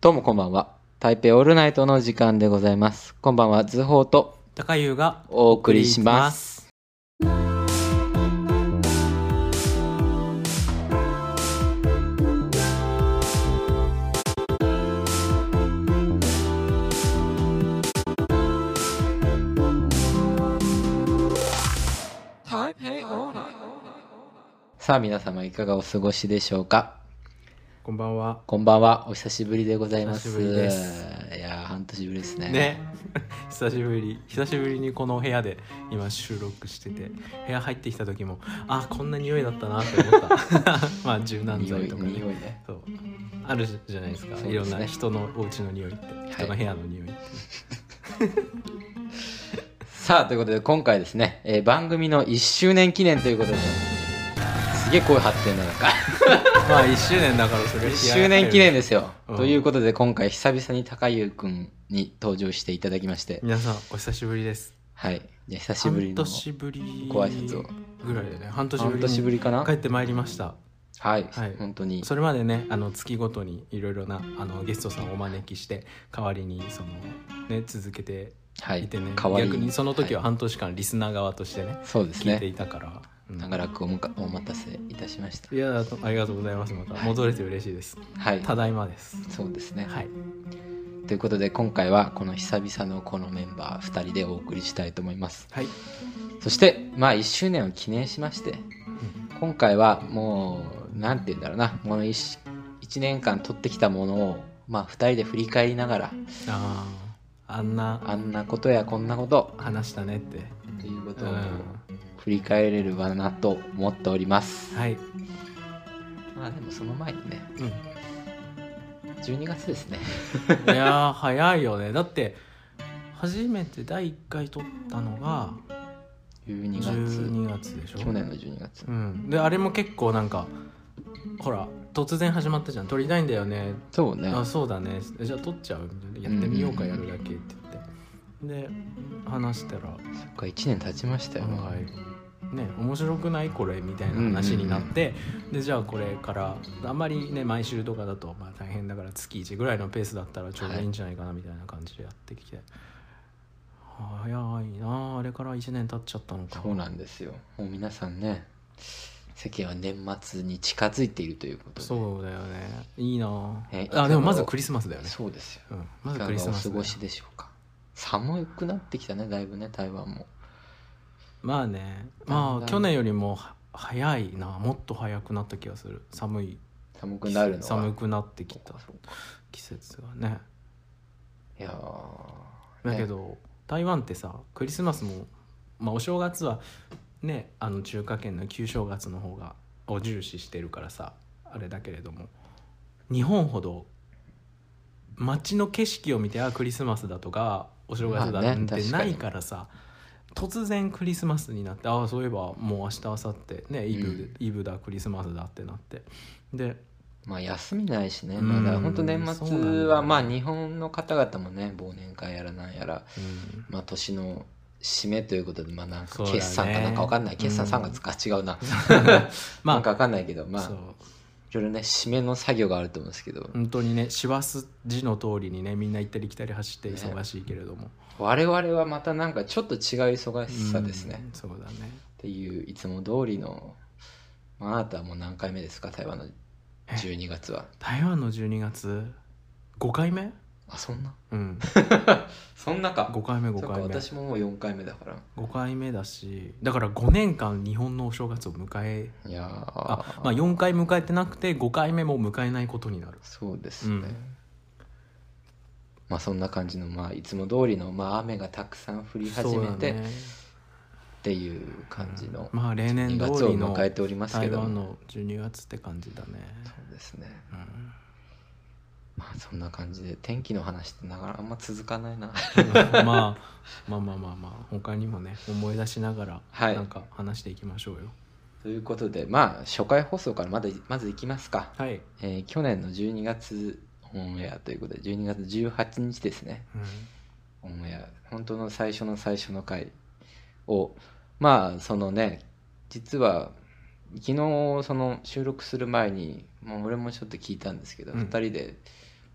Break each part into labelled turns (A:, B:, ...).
A: どうもこんばんは。台北オールナイトの時間でございます。こんばんは、図報と
B: 高優が
A: お送りします。
B: す。
A: さあ皆様いかがお過ごしでしょうか
B: こんばんは。
A: こんばんは、お久しぶりでございます。
B: お久しぶりです
A: いやー、半年ぶりですね。
B: ね、 久しぶり久しぶりにこの部屋で今収録してて部屋入ってきた時もあこんな匂いだったなって 思ったまあ柔軟
A: 匂
B: 剤
A: い、
B: とかね
A: 匂いね。
B: そうあるじゃないですか
A: そうですね
B: いろんな人のお家の匂いって、
A: い
B: 人の部屋の匂いって
A: さあ、ということで今回ですね、えー番組の1周年記念ということで、すげえ声張ってんだなんか。
B: まあ1周年だからそれ
A: 1周年記念
B: で
A: ですよ。
B: うん
A: ということで今回久々に高優くんに登場していただきまして、
B: 皆さんお久しぶりです
A: はい。じゃあ久しぶり
B: 半
A: の
B: 年ぶり
A: ご挨拶を
B: ぐらいでね半年ぶり
A: 半
B: に
A: 年ぶりかな
B: 帰ってまいりました
A: はい、
B: はい
A: 本当に
B: それまでねあの月ごとにいろいろなあのゲストさんをお招きして代わりにその、ね、続けて
A: はい
B: いてね、
A: 代わり
B: 逆にその時はい半年間リスナー側としてね、
A: そうです
B: 聞い
A: ね
B: ていたから、うん
A: 長らくおむかお待たせいたしました
B: いやあとありがとうございますまた、
A: はい
B: 戻れて嬉しいです
A: はい
B: ただいまです
A: そうですね、
B: はい
A: ということで今回はこの久々のこのメンバー2人でお送りしたいと思います
B: はい
A: そしてまあ1周年を記念しまして今回はもう何て言うんだろうなこの 1, 1年間取ってきたものをまあ2人で振り返りながら
B: あああんな
A: あんなことやこんなこと
B: 話したねって、
A: っていうこと
B: う
A: を
B: ん、
A: 振り返れればなと思っております、
B: はい、
A: まあでもその前にね
B: うん、い
A: 12月ですね
B: やー早いよねだって初めて第1回撮ったのが
A: 12月
B: 12月でしょ
A: 去年の12月
B: うん、であれも結構なんかほら突然始まったじゃん撮りたいんだよね、
A: そうね
B: あそうだねじゃあ撮っちゃうみたいなやってみようか
A: うん
B: や
A: うんう
B: る
A: ん
B: だけって言ってで話したら
A: そっか1年経ちましたよ、
B: 案外ね面白くないこれみたいな話になって、でじゃあこれからあんまりね毎週とかだとまあ大変だから月1ぐらいのペースだったらちょうどいいんじゃないかなみたいな感じでやってきて、早いなああれから1年経っちゃったのか
A: そうなんですよもう皆さんね世間は年末に近づいているということで
B: そうだよねいいなあ
A: え
B: あでもまずクリスマスだよね
A: そうですよ
B: うん、ま
A: い
B: ず
A: かが
B: クリス
A: お
B: マ
A: 過
B: スだよ
A: ごしでしょうか寒くなってきたねだいぶね台湾も
B: まあね
A: だん
B: ま
A: だん
B: あ去年よりもは早いなもっと早くなった気がする寒い
A: 寒くなるのは
B: 寒くなってきた
A: そうか
B: 季節がね
A: いやー
B: だけど、台湾ってさクリスマスも、まあ、お正月はねあの中華圏の旧正月の方がを重視してるからさあれだけれども日本ほど街の景色を見てあクリスマスだとかお正月だ
A: まあ
B: っ
A: ね
B: て
A: 確か
B: な
A: に
B: いからさ、突然クリスマスになってああそういえばもう明日明後日ねイブ,、
A: うん
B: イブだクリスマスだってなってで
A: まあ休みないしね
B: うん
A: まだ本当年
B: そうなんだ
A: 末
B: よ
A: はまあ日本の方々もね忘年会やらなんやら まあ、年の締めということで、まあ、なんか
B: そうだね
A: 決算かなんかわかんない、決算
B: うん
A: 3月か、違うな、
B: ま
A: な
B: あ
A: んかわかんないけど、まあ、い
B: そう
A: ろいろね、締めの作業があると思うんですけど、
B: 本当にね師走字の通りにねみんな行ったり来たり走って
A: ね
B: 忙しいけれども、
A: 我々はまたなんかちょっと違う忙しさですね。
B: うんそうだね
A: っていう、いつも通りの、まあ、あなたはもう何回目ですか、台湾の12月は。
B: 台湾の12月5回目
A: あ、そんな
B: うん
A: そんなか。
B: 5回目
A: そ
B: 5
A: っか、
B: 回目
A: 私ももう4回目だから。
B: 5回目だしだから5年間日本のお正月を迎え
A: いやー
B: あまあ4回迎えてなくて5回目も迎えないことになる
A: そうですね、
B: うん
A: まあそんな感じのまあいつも通りのまあ雨がたくさん降り始めて
B: そうだね
A: っていう感じの
B: まあ例年
A: 2
B: 通
A: 月を
B: りの
A: 迎えておりますけ
B: 台
A: ど
B: 湾
A: も
B: の12月って感じだね、
A: そうですね
B: うん
A: まあそんな感じで天気の話ってながらあんま続かないな
B: まあ、まあまあまあまあ他にもね思い出しながら、
A: はい
B: なんか話していきましょうよ
A: ということでまあ初回放送からまだまずいきますか、
B: はい、
A: えー去年の12月オンエアということで12月18日ですねオンエア本当の最初の最初の回をまあそのね実は昨日その収録する前に、まあ、俺もちょっと聞いたんですけど、
B: うん
A: 2人で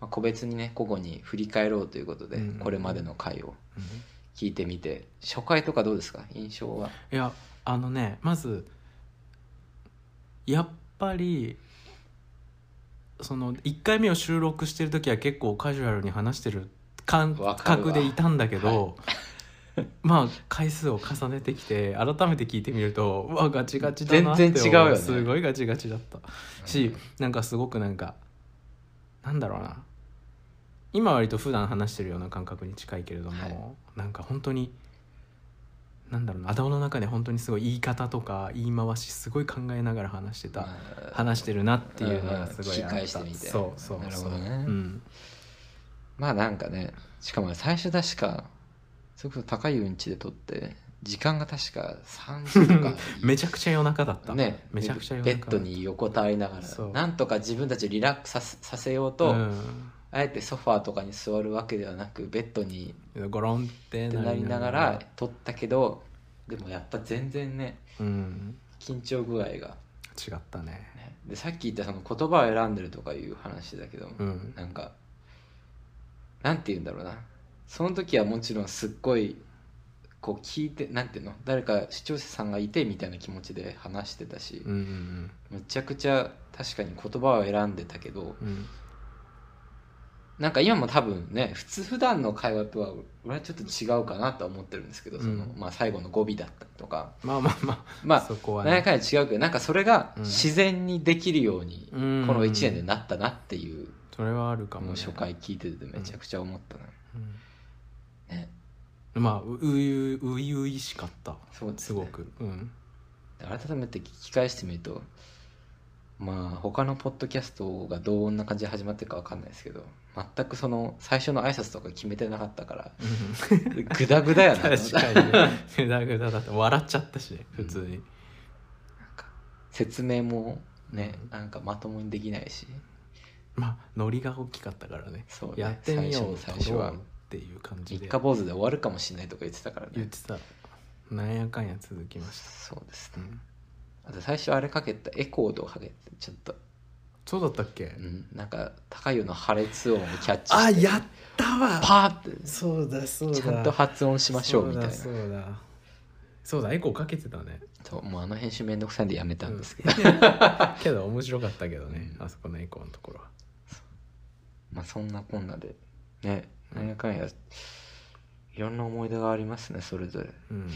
A: まあ個別にね個々に振り返ろうということで、
B: うん
A: これまでの回を
B: うん
A: 聞いてみて初回とかどうですか印象はい
B: やあのねまずやっぱりその1回目を収録してる時は結構カジュアルに話してる感
A: わかるわ
B: 覚でいたんだけど、 まあ回数を重ねてきて改めて聞いてみるとうわガチガチだなって
A: 全然違うよね
B: すごいガチガチだったしなんかすごくなんかなんだろうな今割と普段話してるような感覚に近いけれども、
A: はい
B: なんか本当になんだろうな頭の中で本当にすごい言い方とか言い回しすごい考えながら話してた、
A: まあ
B: 話してるなっていうのがすごい
A: うんうん聞き
B: あった
A: 返してみて
B: そうそう
A: なる
B: そ
A: ほ
B: う
A: どね
B: うん
A: まあなんかねしかも最初確かそれこそ高いうんちで撮って時間が確か3時と か
B: めちゃくちゃ夜中だった、
A: ね、
B: めちゃくちゃ夜
A: ベ
B: 中
A: ッドに横たわりながら
B: そう
A: なんとか自分たちをリラックスさせさせようと、
B: うん
A: あえてソファーとかに座るわけではなくベッドに
B: ゴロンって
A: ってなりながら撮ったけどでもやっぱ全然ね
B: うん
A: 緊張具合が、
B: 違ったね
A: ね、でさっき言ったその言葉を選んでるとかいう話だけど、
B: うん
A: なんかなんて言うんだろうなその時はもちろんすっごいこう聞いてなんていうの誰か視聴者さんがいてみたいな気持ちで話してたし、
B: うんうん
A: むちゃくちゃ確かに言葉を選んでたけど
B: うんうん
A: なんか今も多分ね普通普段の会話とは俺はちょっと違うかなとは思ってるんですけど、その
B: うん
A: まあ、最後の語尾だったりとか
B: まあまあまあ、
A: まあ
B: そこは
A: 何やかんや違うけどなんかそれが
B: うん
A: 自然にできるように、
B: こ
A: この1年でなったなっていう、
B: それはあるかも、
A: も
B: ね、
A: う初回聞いててめちゃくちゃ思ったな、
B: うん
A: ね
B: まあうういうういういしかった
A: そうです
B: す
A: ね
B: ごく、 うん、
A: 改めて聞き返してみるとまあ他のポッドキャストがどんな感じで始まってるかわかんないですけど全くその最初の挨拶とか決めてなかったからグダグダやな
B: 確かにねグダグダだった笑っちゃったしね普通に、
A: 説明もね
B: うん
A: なんかまともにできないし
B: まあノリが大きかったからね
A: そうね
B: やってみよ
A: 最初の
B: う
A: 最初は
B: 撮ろうっていう感じ
A: 三
B: で
A: 日坊主で終わるかもしれないとか言ってたから
B: 言っ
A: ね
B: てたなんやかんや続きまし
A: そうです
B: た、う
A: ね
B: ん
A: あと最初あれかけたエコードをかけてちょっと、
B: そうだったっけ、
A: うん、なんか高いよの破裂音をキャッチ
B: あ
A: して
B: やったわ
A: パーって
B: そうだそうだ
A: ちゃんと発音しましょうみたいな
B: そ
A: そうう
B: だそうだそうだエコーかけてたね
A: もうあの編集めんどくさいんでやめたんですけど、
B: けど面白かったけどね、あそこのエコーのところは
A: まあそんなこんなでね
B: うん
A: なんやかんやいろんな思い出がありますねそれぞれ
B: うん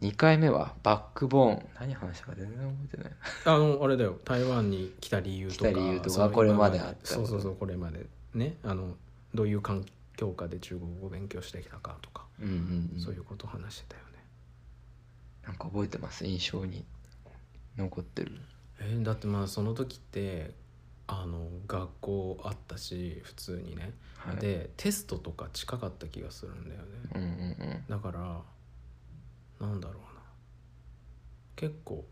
A: 2回目はバックボーン何話したか全然覚えてないな
B: あのあれだよ台湾に来た理由とか
A: 来た理由とか
B: その
A: これまであった
B: そうそうそうこれまでねあのどういう環境下で中国語を勉強してきたかとか、
A: うんうん、うん、
B: そういうことを話してたよね
A: なんか覚えてます印象に残ってる
B: えーだってまあその時ってあの学校あったし普通にね、
A: はい
B: でテストとか近かった気がするんだよね、
A: うんうんうん
B: だからなんだろうな結構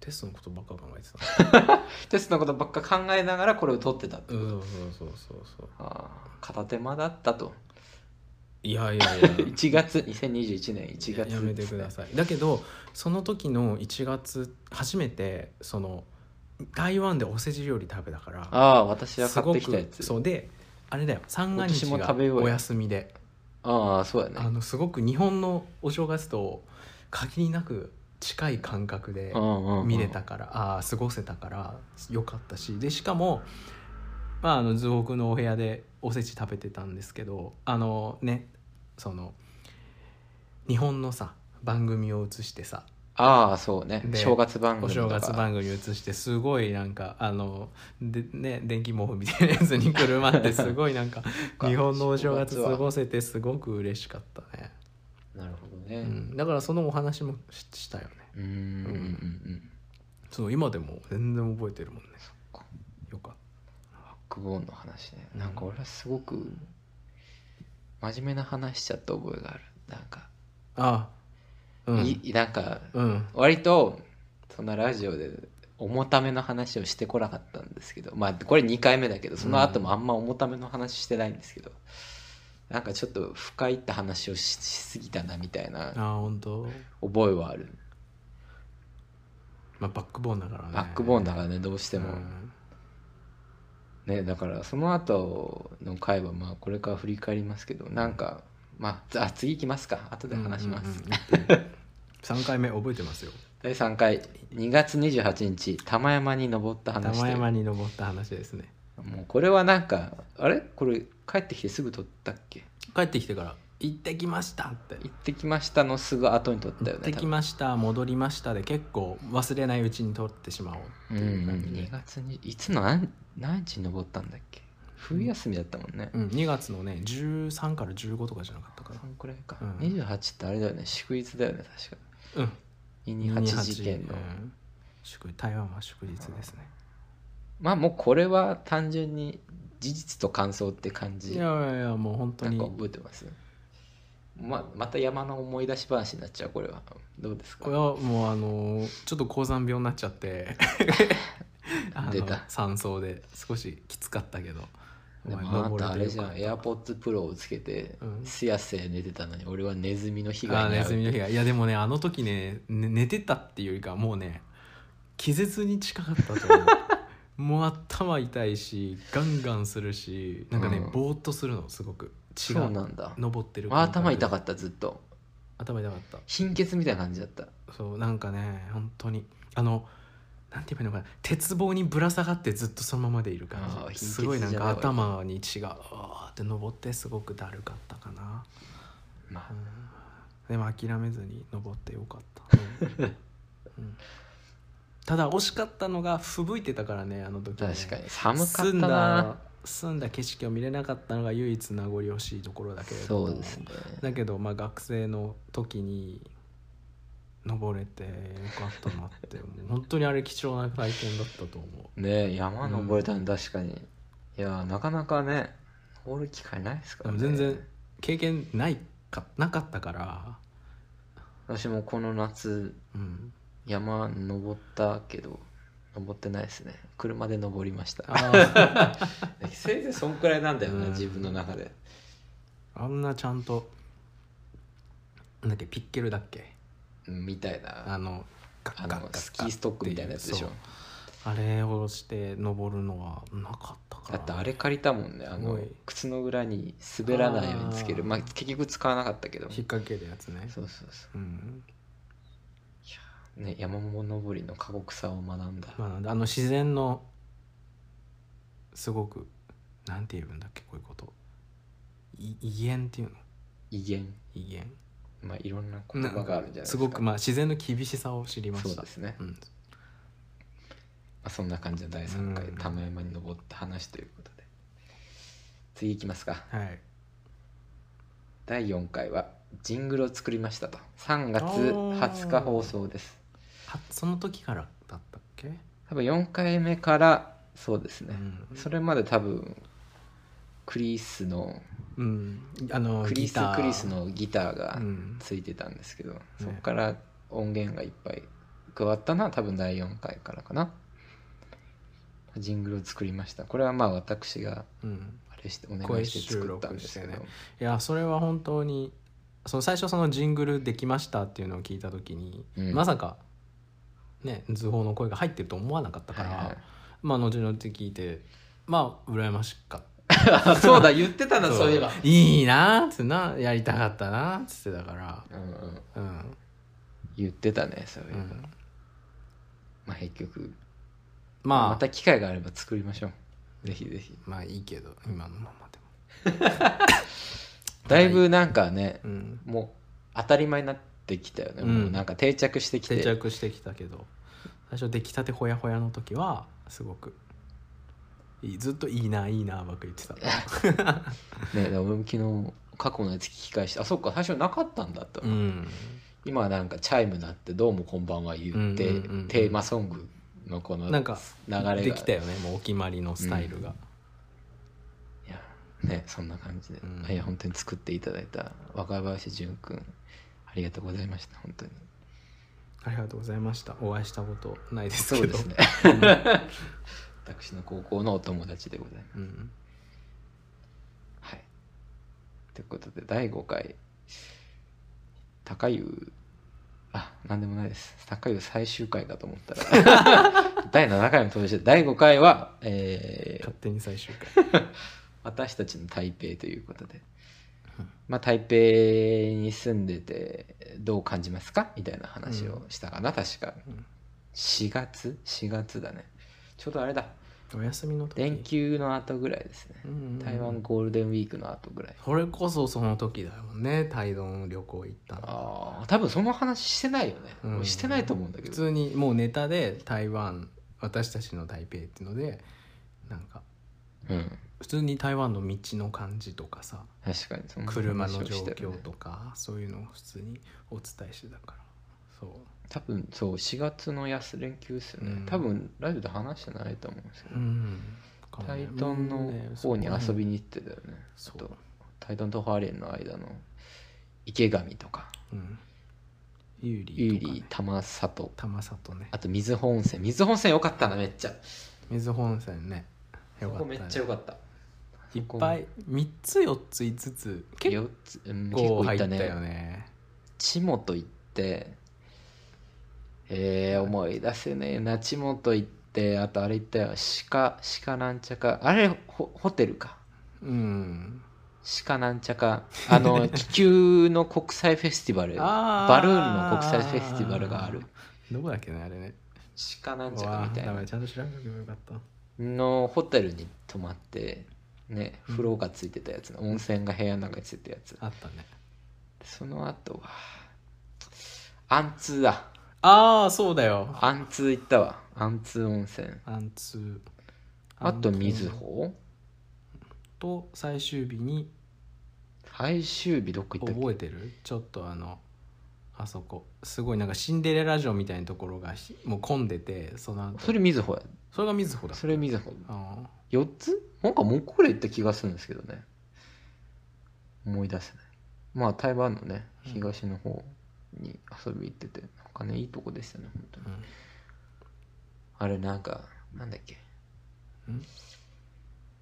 B: テストのことばっか考えてた
A: テストのことばっか考えながらこれを撮ってたって
B: うんそうそうそうそう
A: ああ片手間だったと
B: いやいやいや
A: 1月2021年1月ですね、
B: やめてくださいだけどその時の1月初めてその台湾でおせち料理食べたから
A: ああ私は
B: す
A: 買っ
B: ご
A: てきたや
B: く
A: つ
B: そうであれだよ三が日
A: 今年も食べよう
B: が
A: よ
B: お休みで
A: ああそうやね
B: あのすごく日本のお正月と限りなく近い感覚で
A: うんうんうん
B: 見れたからあー過ごせたからよかったしでしかも、まあ、あの図北のお部屋でおせち食べてたんですけどあのねその日本のさ番組を映してさ
A: ああそうね
B: で
A: 正月番
B: お
A: 組とか
B: 正月番組映してすごいなんかあので、ね、電気毛布みたいなやつにくるま ってすごいなんか日本のお正月過ごせてすごく嬉しかったね、
A: なるほど
B: う
A: ね
B: ん、だからそのお話もししたよね
A: うんうんうんうん
B: そう今でも全然覚えてるもんね
A: っか
B: よかった
A: バックボーンの話ね
B: うん
A: なんか俺はすごく真面目な話しちゃった覚えがあるなんか、
B: ああう
A: い
B: ん
A: なんか
B: うん
A: 割とそんなラジオで重ための話をしてこなかったんですけどまあこれ2回目だけどその後もあんま重ための話してないんですけど、なんかちょっと深いって話をししすぎたなみたいな
B: ああ本当
A: 覚えはある、
B: まあバックボーンだからね
A: バックボーン
B: だ
A: だからねどうしても、
B: うん
A: ねだからその後の回はまあこれから振り返りますけどなんかまああ次行きますか後で話します、
B: うん うんうん3回目覚えてますよ
A: 第3回2月28日玉山に登った話と
B: 玉
A: いう
B: 山に登った話ですね
A: もうこれはなんかあれこれ帰ってきてすぐ撮ったっけ
B: 帰ってきてから「行ってきました」って
A: 行ってきましたのすぐ後に撮っ
B: 「
A: た
B: 行
A: よ
B: っ
A: ね
B: てきました戻りました」で結構忘れないうちに撮ってしまおう
A: 多分うん、うん、2月にいつの何何日に登ったんだっけ冬休みだったもんね、
B: うん、2月のね13から15とかじゃなかったか
A: そんくらいか、
B: うん
A: 28ってあれだよね祝日だよね確か
B: なうん
A: 28事件の、
B: うん祝台湾は祝日ですね
A: まあもうこれは単純に事実と感想って感
B: い
A: じ
B: やいやいやもう本当
A: なん
B: に
A: か覚えてますままた山の思い出し話になっちゃうこれはどうですか
B: これはもうあのーちょっと高山病になっちゃって あの
A: 出た
B: 山荘で少しきつかったけど
A: でも
B: お前
A: あなたあれじゃん
B: 登れてよかっ
A: AirPods Pro をつけて
B: うん
A: すやすや寝てたのに俺はネズミの被
B: たあ
A: 害に
B: ーネズミ
A: 遭
B: の
A: う
B: 被害いやでもねあの時ねね寝てたっていうよりかはもうね気絶に近かっ たと思うもう頭痛いしガンガンするしなんかね、
A: うん
B: ぼーっとするのすごく血
A: そう
B: が
A: なんだ
B: 登ってる
A: まあ頭痛か
B: った
A: ったずっと
B: 頭痛かった
A: 貧血みたいな感じだった
B: そうなんかね本当にあのなんて言えばいいのかな鉄棒にぶら下がってずっとそのままでいる感
A: あー貧
B: じ
A: 血
B: すごいなんか
A: じゃない
B: 頭に血がうわーって登ってすごくだるかったかな、
A: ま
B: う
A: あ
B: んでも諦めずに登ってよかった、 うんうんただ惜しかったのが吹雪いてたからねあの時ね
A: 確かに寒かっ
B: 澄ん
A: た
B: だ
A: な
B: 澄んだ景色を見れなかったのが唯一名残惜しいところだけれども
A: そうですね
B: だけどまあ学生の時に登れてよかったなって思う本当にあれ貴重な体験だったと思う
A: ね山登れたの確かにいやなかなかね登る機会ないですからね
B: でも全然経験ないかなかったから、
A: 私もこの夏
B: うん、
A: 山登ったけど登ってないですね車で登りました
B: あ
A: せいぜいそんくらいなんだよ
B: う
A: ね
B: ん
A: 自分の中で
B: あんなちゃんとなんだっけピッケルだっけ
A: うんみたいな
B: あのガ
A: あ
B: ッガッガッ
A: の
B: ガッ
A: スキーストックみたいなやつでし
B: っ
A: ょ
B: ていうそうあれをして登るのはなかったから
A: だってあれ借りたもんねあ
B: すご
A: の
B: い
A: 靴の裏に滑らないようにつける
B: あー
A: まあ結局使わなかったけどそ
B: 引っ
A: う
B: 掛けるやつね
A: そうそ
B: うん
A: うね山も登りの過酷さを学んだ
B: まあなんで、あの自然のすごくなんて言うんだっけこういうことい威厳っていうの
A: 威厳
B: 威厳
A: まあいろんな言葉があるんじゃないです
B: す
A: か
B: ごくまあ自然の厳しさを知りま
A: そう
B: した
A: ですね、ま
B: うん
A: あ、そんな感じの第3回
B: うん
A: 玉山に登った話ということで次いきますか
B: はい
A: 第4回はジングルを作りましたと3月20日放送です
B: はその時からだったっけ、
A: 多分4回目からそうですね、
B: うん
A: それまで多分クリスの
B: うんあの
A: クリス
B: ギター
A: クリスのギターが
B: うん
A: ついてたんですけど、そこから音源がいっぱい加わったのは多分第4回からかなジングルを作りましたこれはまあ私が
B: うん
A: あれしてお願いして作ったんですけ
B: 声収録して
A: ど、
B: ねいやそれは本当にその最初そのジングルできましたっていうのを聞いた時に、
A: うん
B: まさかね図法の声が入ってると思わなかったから、
A: はいはい
B: まあ後々聞いてまあ羨ましかった
A: あそうだ言ってたな
B: そう
A: そういえば、
B: いいなーっつってなやりたかったなーっつってだから
A: うんうん、
B: うん
A: 言ってたねそういえ
B: う
A: ば、
B: ん
A: まあ結局
B: まあ
A: また機会があれば作りましょうぜひぜひ
B: まあいいけど今のままでも
A: だいぶなんかね、
B: うん
A: もう当たり前になってきたよね、
B: うん
A: もうなんか定着してきて
B: 定着してきたけど最初出来たてほやほやの時はすごくいいずっといいないいなーばっか言ってた
A: ね、で俺も昨日過去のやつ聞き返してあそっか最初なかったんだと、
B: うん
A: 今はなんかチャイムなって「どうもこんばんは」言って、
B: うんうんうんうん
A: テーマソングのこの
B: なんか
A: 流れが
B: できたよねもうお決まりのスタイルが、
A: いやねそんな感じで、
B: うん
A: いや本当に作っていただいた若林淳君ありがとうございました本当に
B: ありがとうございましたお会いしたことないです
A: そ
B: け
A: う
B: ど
A: ですね 私の高校のお友達でございます
B: うん
A: はい。ということで、第5回、高湯、あ、あ、なんでもないです。サッカー部最終回かと思ったら。 第7回も登場して、第5回は、えー
B: 勝手に最終回
A: 私たちの台北ということで
B: うん。
A: まあ、台北に住んでてどう感じますかみたいな話をしたかな、確か
B: うん
A: 4月4月だねちょうどあれだ
B: お休みの時
A: 連休の後ぐらいですね
B: うんうんうん
A: 台湾ゴールデンウィークの後ぐらい
B: それこそその時だよね台東旅行行ったの
A: ああ多分その話してないよね、
B: うん
A: 俺してないと思うんだけ
B: 普
A: ど
B: 通にもうネタで台湾私たちの台北っていうのでなんか
A: うん
B: 普通に台湾の道の感じとかさ
A: 確かにそんな話を
B: 車の状
A: してる
B: 況
A: ね
B: とかそういうのを普通にお伝えしてたからそ
A: 多分そう4月の安連休ですよね、
B: うん
A: 多分ラジオで話してないと思うんですけ
B: うう
A: ど、
B: ん
A: 台東の方に遊び
B: に
A: に行ってたよね
B: そ
A: あ
B: う
A: と台東と花蓮の間の池上とか
B: うん有
A: 有
B: 利とか
A: 利
B: ね
A: 玉里
B: 玉里ね
A: あと水穂温泉水穂温泉よかったなめっちゃ
B: 水本泉ね
A: そこめっちゃよ
B: っ
A: かった
B: たいっぱい3つ4つ5つ結
A: 4つ、うん、結
B: 構
A: 構行
B: 入
A: っ
B: った
A: た
B: よ
A: ね
B: ね
A: 千本行ってえー、思い出せねえな千本行ってあとあれ行ったよ鹿鹿なんちゃかあれホホテルか
B: うん
A: 鹿なんちゃかあ の気球の国際フェスティバル
B: あー
A: バルーンの国際フェスティバルがある
B: どこだっけねあれね
A: 鹿なんちゃ
B: うわ
A: か
B: ー
A: みたい
B: ダ
A: な
B: メちゃんと調べとけばよかった
A: のホテルに泊まってね
B: うん
A: 風呂がついてたやつの温泉が部屋の中についてたやつ
B: あったね
A: その後は暗通だ
B: ああそうだよ
A: 暗通行ったわ暗通温泉
B: アンツー
A: あと瑞穂
B: と最終日に
A: 最終日どっか行ったっけ
B: 覚えてるちょっとあのあそこすごいなんかシンデレラ城みたいなところがひもう混んでてその後
A: それ瑞穂や
B: それが瑞穂だ
A: それ瑞穂
B: ああ
A: 4つなんかもうこれ行った気がするんですけどね思い出せないまあ台湾のね
B: うん
A: 東の方に遊び行っててなんかねいいとこでしたね本当にあれなんかなんだっけ
B: ん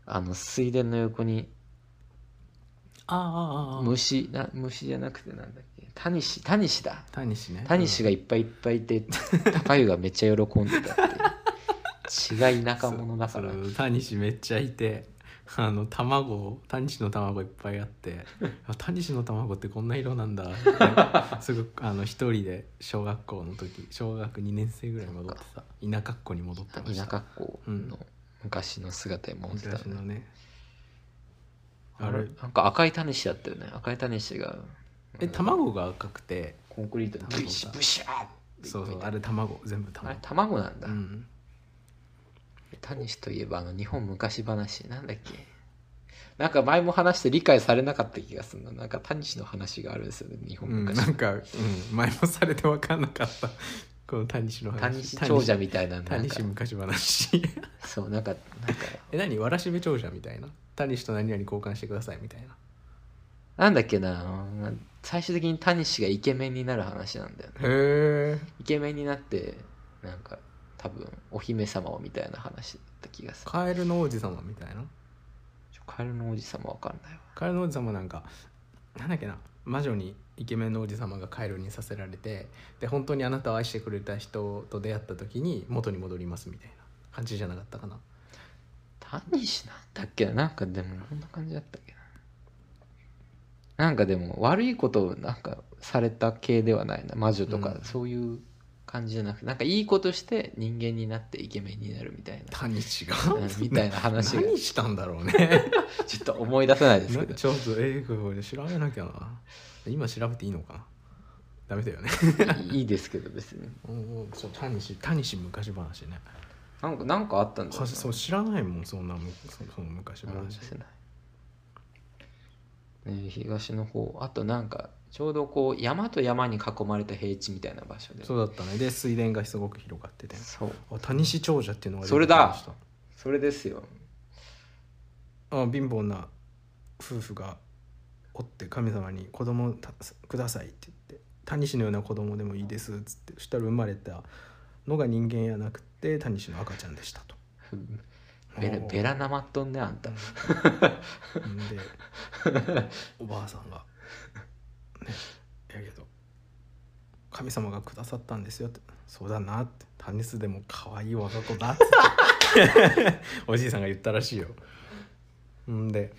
A: あの水田の横に
B: ああああ
A: 虫な虫じゃなくてなんだっけタニシタニシだ
B: タニシね
A: タニシがいっぱいいっぱいいて、高湯がめっちゃ喜んでたっていう。違い田舎者だから
B: そ。うタニシめっちゃいてあの卵をタニシの卵いっぱいあ ってあタニシの卵ってこんな色なんだってすぐあの一人で小学校の時小学2年生ぐらい戻ってた田舎っ子に戻ってまし
A: 田
B: た
A: 舎っ子の昔の姿に戻ってた
B: 昔の
A: ね。
B: ねあ
A: あ
B: れ
A: れなんか赤いタニシだったよね。赤いタニシが。
B: え卵が赤くて
A: コンクリートに
B: 卵だ
A: ブシブシャーって
B: そうそう
A: あ
B: あ
A: れ
B: れ卵全部卵
A: 卵なんだ
B: う。ん
A: タニシといえばあの日本昔話。なんだっけなんか前も話して理解されなかった気がするな。なんかタニシの話があるんですよね。日
B: う
A: 本
B: ん、
A: 昔。
B: なんか、うん、前もされて分かんなかったこのタニシの話
A: タニシ長者みたいななんか
B: タニシ昔話
A: そう、なんか、なんか。
B: え何わらしべ長者みたいなタニシと何々交換してくださいみたいな
A: なんだっけな最終的にタニシがイケメンになる話なんだよね
B: へえ
A: イケメンになってなんか多分お姫様をみたいな話だった気がする
B: カエルの王子様みたいな
A: ちょカエルの王子様わかんないわ
B: カエルの王子様なんかなんだっけな魔女にイケメンの王子様がカエルにさせられてで本当にあなたを愛してくれた人と出会った時に元に戻りますみたいな感じじゃなかったかな
A: タニシなんだっけななんかでもこんな感じだったっけななんかでも悪いことをなんかされた系ではないな魔女とか
B: うん
A: そういう感じじゃなくて、なんかいいことして人間になってイケメンになるみたいな
B: タニ シが
A: うんみたいな話が
B: 何したんだろうね
A: ちょっと思い出せないですけ
B: な
A: ど
B: ちょっと英語で調べなきゃな今調べていいのかなダメだよね
A: いいですけど別に
B: おうおうそうタニシタニシ昔話ね
A: なんかなんかあったんだよ
B: は
A: な
B: そう知らないもんそんなむそその昔
A: 思い
B: 話
A: 出せない、ね、東の方あとなんかちょうどこう山と山に囲まれた平地みたいな場所で
B: そうだったねで水田がすごく広がってて
A: そう
B: あタニシ長者っていうのが
A: それだ
B: 出てきまし
A: それですよ
B: たあ貧乏な夫婦がおって神様に子供をたくださいって言ってタニシのような子供でもいいですっつってそしたら生まれたのが人間やなくてタニシの赤ちゃんでしたと
A: ベラ
B: おー
A: ベラなまっとんねあんた
B: うんでおばあさんが「ねやけど神様がくださったんですよ」って「そうだな」って「タネスでも可愛い我が子だ」っつっておじいさんが言ったらしいよ。んで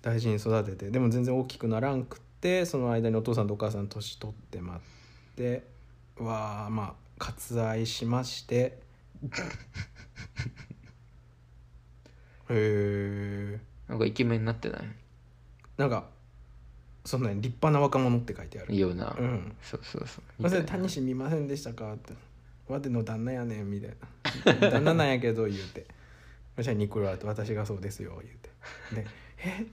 B: 大事に育ててでも全然大きくならんくってその間にお父さんとお母さん年取ってまってはまあ割愛しましてへえ
A: なんかイケメンになってない
B: なんかそんなに立派な若者って書いてある
A: いいよな、
B: うん
A: そうそうそう
B: 「まさ
A: み
B: に
A: たい
B: 谷
A: な
B: 氏見ませんでしたか?」って「わての旦那やねん」みたいな「 旦那なんやけど」言うて「私はニコラと私がそうですよ」言うてで「え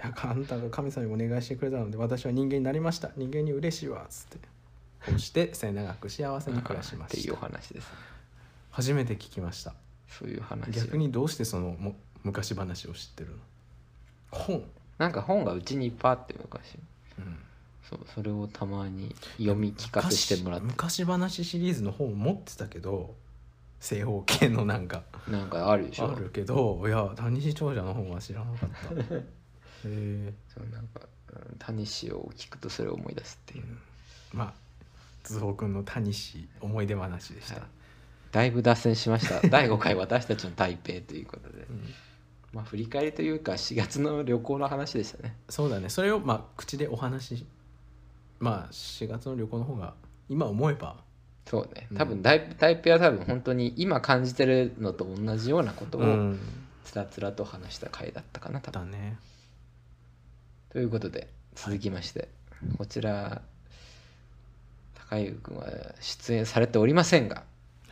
B: なんかあんたが神様にお願いしてくれたので私は人間になりました人間に嬉しいわ」っつってこうして末永く幸せに暮らしま
A: って
B: し
A: いうお
B: た
A: 話です
B: 初めて聞きました
A: そういう話
B: 逆にどうしてそのも昔話を知ってるの本、
A: なんか本がうちにいっぱいあって昔
B: うん
A: そうそれをたまに読み聞かせしてもらって
B: 昔昔話シリーズの本を持ってたけど正方形のなんか
A: なんかあるでしょ
B: あるけどいや谷西長者の本は知らなかっ たへえ
A: そうなんかうん谷氏を聞くとそれを思い出すっていう、
B: まあ図法君の谷西思い出話でした、
A: はいだいぶ脱線しました 第5回私たちの台北ということで
B: うん
A: まあ振り返りというか4月の旅行の話でしたね
B: そうだねそれをまあ口でお話しまあ4月の旅行の方が今思えば
A: そうね
B: うん
A: 多分台台北は多分本当に今感じてるのと同じようなこと
B: う
A: を
B: ん
A: つらつらと話した回だったかな多分
B: だね
A: ということで続きまして、こちら高井君は出演されておりませんが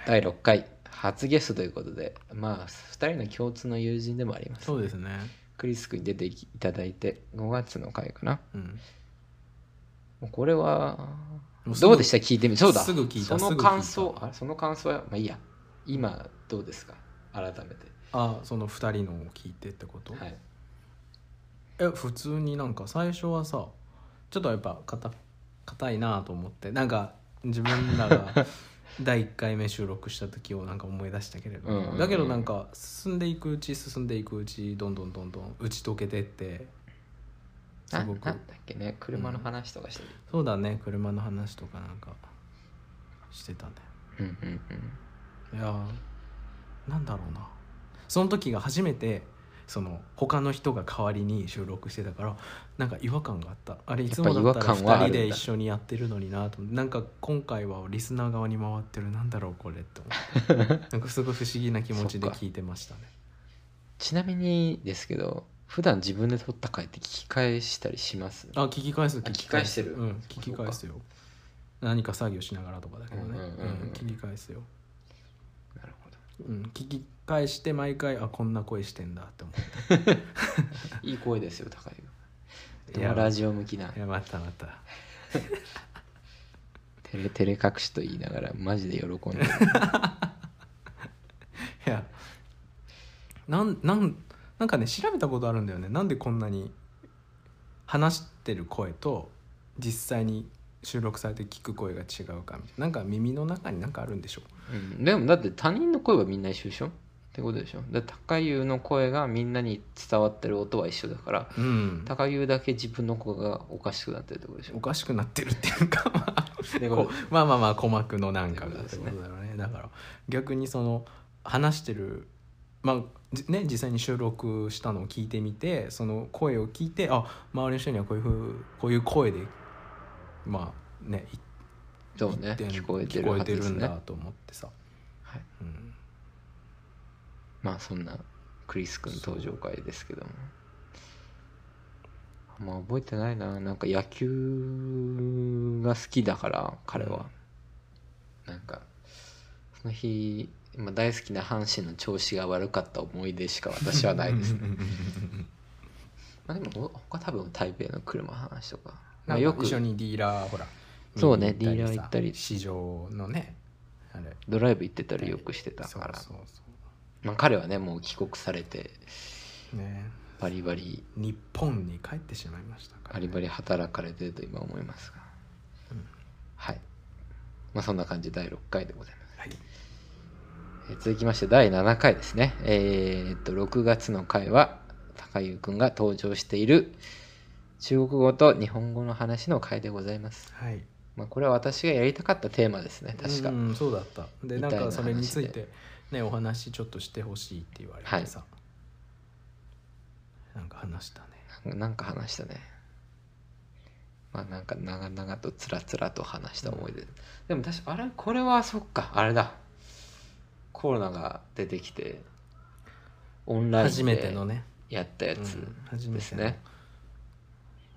A: 第6回初ゲストということでまあ2人の共通の友人でもあります
B: そうですね
A: クリス君に出ていただいて5月の回かな
B: うん
A: もうこれは
B: もうすぐ
A: どうでした聞いてみそうだ
B: すぐ聞い
A: そ
B: たす
A: の
B: ぐ聞いた
A: 感想あその感想はまあいいや今どうですか改めて
B: あその2人のを聞いてってこと、
A: はい
B: え普通になんか最初はさちょっとやっぱ硬硬いなと思ってなんか自分 らが第1回目収録した時をなんか思い出したけれど、
A: うんうんうん
B: だけどなんか進んでいくうち進んでいくうちどんどんどんどん打ち解けてってす
A: なな
B: ご
A: ん
B: く
A: だっけね車の話とかしてる、
B: そうだね車の話とかなんかしてたね
A: うん、うんうん
B: いやーなんだろうなその時が初めてその他の人が代わりに収録してたからなんか違和感があったあれいつもだった
A: やっぱ
B: ら
A: 違和感はある
B: 2
A: ん
B: 人
A: だ
B: で一緒にやってるのになと思ってなんか今回はリスナー側に回ってるなんだろうこれって思 ってなんかすごい不思議な気持ちで
A: そっか
B: 聞いてましたね
A: ちなみにですけど普段自分で撮った回って聞き返したりします
B: あ聞き返す
A: 聞き返してる
B: うん聞き返すよ何か作業しながらとかだけどね、
A: うんうんうんうん
B: うん聞き返すよ、
A: なるほど
B: うん、聞き返して毎回あこんな声してんだって思っ
A: いい声ですよ高井
B: て
A: 君ラジオ向きない
B: やまたまた
A: 照れ照れ隠しと言いながらマジで喜んでる
B: いやなんなんなんかね調べたことあるんだよねなんでこんなに話してる声と実際に収録されて聞く声が違うかみたいななんか耳の中になんかあるんでしょ
A: うん、でもだって他人の声はみんな一緒でしょってことでしょだから高湯の声がみんなに伝わってる音は一緒だから
B: う、うん、
A: 高湯だけ自分の声がおかしくなってるってことでし
B: お
A: ょ
B: かしくなってるっていうかまあ
A: で
B: こうまあまあまあ鼓膜のなんかが
A: っ
B: ってて
A: こ
B: ことと
A: で
B: だよねだから逆にその話してるまあじね実際に収録したのを聞いてみてその声を聞いてあ周りの人にはこういうふうこういう声でまあねい
A: そうね
B: 言って
A: 聞こえてるはずです
B: ん
A: ね
B: だと思ってさ、
A: はい
B: うん、
A: まあそんなクリス君登場会ですけどもあんま覚えてないななんか野球が好きだから彼はなんかその日、まあ、大好きな阪神の調子が悪かった思い出しか私はないですねまあでも他多分台北の車の話とかま
B: な
A: あ
B: ん
A: よ
B: か
A: く
B: 一緒にディーラーほら
A: そうね
B: 見に
A: ディーラー行ったり
B: さ市場のねあれ
A: ドライブ行ってたりよくしてた
B: そう
A: から
B: そうそ
A: まあ彼はねもう帰国されて
B: うね
A: バリバリ
B: 日本に帰ってしまいましたから、
A: バリバリ働かれてると今思いますが、
B: うん
A: はいまあそんな感じで第6回でございます、
B: はい
A: えー続きまして第7回ですねえーっと6月の回は高優くんが登場している中国語と日本語の話の回でございます
B: はい
A: まあ、これは私がやりたかったテーマですね確か、
B: うんそうだったで
A: み
B: な
A: た
B: ん
A: いな
B: かそれについ
A: 話
B: てねお話ちょっとしてほしいって言われてさ、なんか話したね
A: なんか話したねまあなんか長々とつらつらと話した思い出、でも確かあれこれはそっかあれだコロナが出てきてオンライ
B: 初
A: ン
B: めて
A: で
B: のね、
A: やったやつ
B: うん初め
A: で
B: て
A: す
B: の、
A: ね、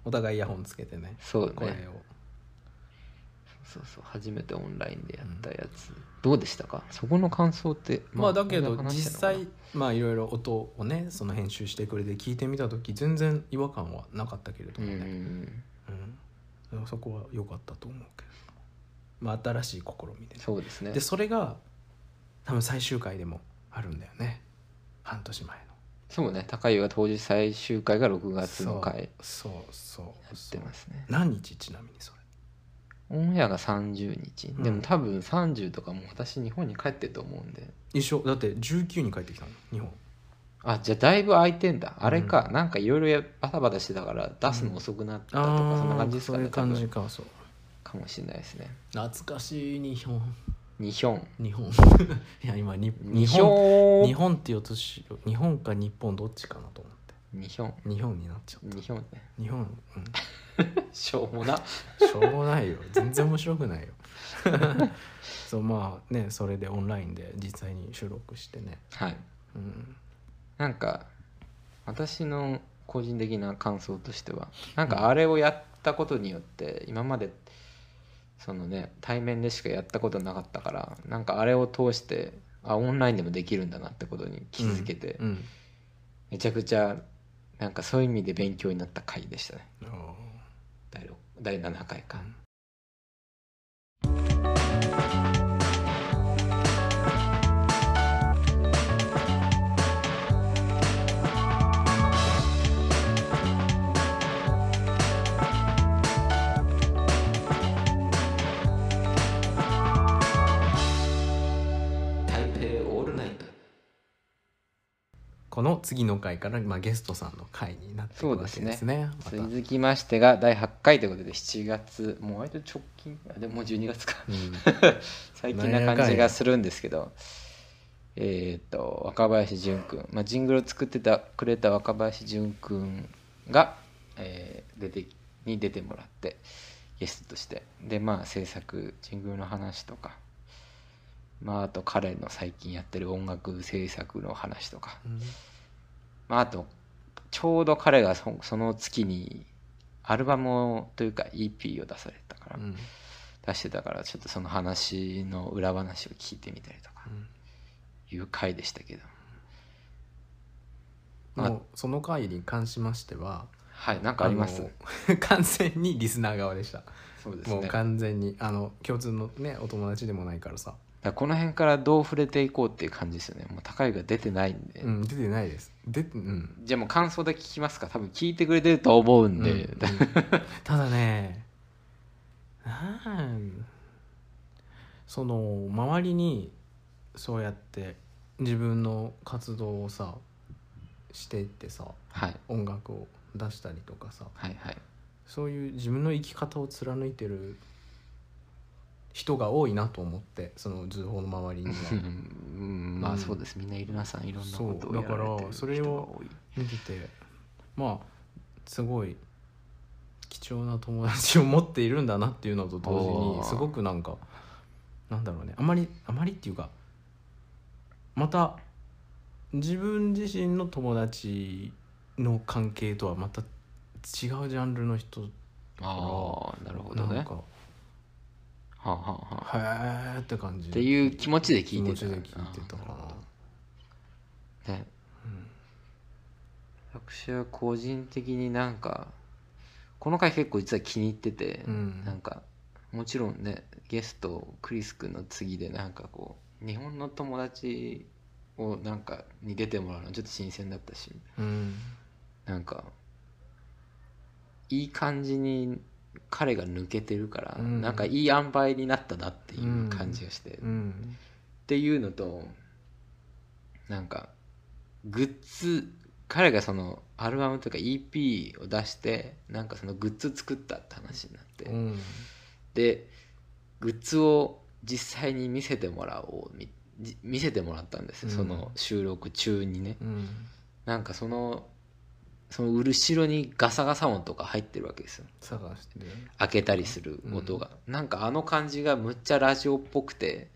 B: お互いイヤホンつけてね
A: そう
B: 声を、
A: ねそうそう初めてオンラインでやったやつ、どうでしたかそこの感想って
B: まあだけど
A: これ話
B: 実
A: したのかな
B: 際まあいろいろ音をねその編集してくれて聞いてみた時全然違和感はなかったけれども
A: うんうん
B: ね、
A: うん
B: うんそこは良かったと思うけど、まあ、新しい試みでね
A: そうですね
B: でそれが多分最終回でもあるんだよね半年前の
A: そうね高井は当時最終回が6月の回や
B: そうそう
A: っ
B: そ
A: て
B: う
A: ますね
B: 何日ちなみにそれ
A: オンエアが30日、
B: うん
A: でも多分30とかもう私日本に帰ってると思うんで
B: 一緒だって19に帰ってきたの日本
A: あじゃあだいぶ空いてんだあれか、
B: う
A: なんかいろいろバタバタしてたから出すの遅くなったとか、そんな感じですか
B: そう
A: ね
B: いう感
A: 多
B: じ
A: 分
B: かそう
A: かもしれないですね
B: 懐かしい日本
A: 日本
B: 日 本いや今に
A: 日
B: 日本日
A: 本
B: 本って言うとし日本か日本どっちかなと思っ
A: 日本
B: て日本になっちゃう
A: 日本 ね
B: 日本、
A: しょうもな
B: うん、しょうもな いよ全然面白くないよ そうまあねそれでオンラインで実際に収録してね、
A: はい
B: うん、
A: なんか私の個人的な感想としてはなんかあれをやったことによって今までそのね対面でしかやったことなかったからなんかあれを通してあオンラインでもできるんだなってことに気づけて、
B: うん
A: めちゃくちゃなんかそういう意味で勉強になった回でしたね
B: うんおー
A: 第六第7回か。台北オールナイト
B: この次の回から、まあ、ゲストさんの回になっていくわけですね
A: そう
B: また、うん、
A: 続きましてが第8回ということで7月もう割と直近あでももう12月か 最近な感じがするんですけどえっ、と若林淳君、まあ、ジングルを作ってたくれた若林淳君が、えー出てに出てもらってゲストとしてでまあ制作ジングルの話とかまああと彼の最近やってる音楽制作の話とか
B: うん
A: まあ、あとちょうど彼がそその月にアルバムをというか EP を出されたから、
B: うん
A: 出してたからちょっとその話の裏話を聞いてみたりとかいう回でしたけど
B: もうその回に関しましては
A: はいなんかあります
B: あの完全にリスナー側でした
A: そうです
B: もう
A: ねだか
B: 完全にあの共通のねお友達でもないからさ、
A: らこの辺からどう触れていこうっていう感じですよねもう高いが出てないんで、
B: うん、出てないです出てうん
A: じゃあもう感想だけ聞きますか多分聞いてくれてると思うんで、
B: うん ただねなんその周りにそうやって自分の活動をさしていってさ
A: はい
B: 音楽を出したりとかさ
A: はいはい
B: そういう自分の生き方を貫いてる人が多いなと思ってその図法の周りには
A: うんまあそうですみんな皆さんいろんなことをやられてる
B: そうだからそれ
A: 人が
B: を
A: 多い
B: 見ててまあすごい貴重な友達を持っているんだなっていうのと同時
A: お
B: に
A: ー
B: すごくなんかなんだろうねあまりあまりっていうかまた自分自身の友達の関係とはまた違うジャンルの人
A: ああなるほ
B: な
A: ど
B: ん
A: ね
B: か、
A: はあ、はあはあ、
B: へーって感じ
A: っていう気持ちで聞いてた
B: 気持ちで聞いてたかな
A: ね私は個人的になんかこの回結構実は気に入ってて、
B: うん
A: なんかもちろんねゲストクリス君の次でなんかこう日本の友達をなんかに出てもらうのちょっと新鮮だったし
B: うん
A: なんかいい感じに彼が抜けてるから、
B: うん
A: なんかいい塩梅になったなっていう感じがして、
B: うん
A: っていうのとなんかグッズ彼がそのアルバムとか EP を出してなんかそのグッズ作ったって話になって、
B: うん
A: ってグッズを実際に見せてもらおうみじ見せてもらったんですよ
B: うん
A: その収録中にね、
B: うん
A: なんかそのその後ろにガサガサ音とか入ってるわけですよ
B: 探して
A: 開けたりする音が、なんかあの感じがむっちゃラジオっぽくて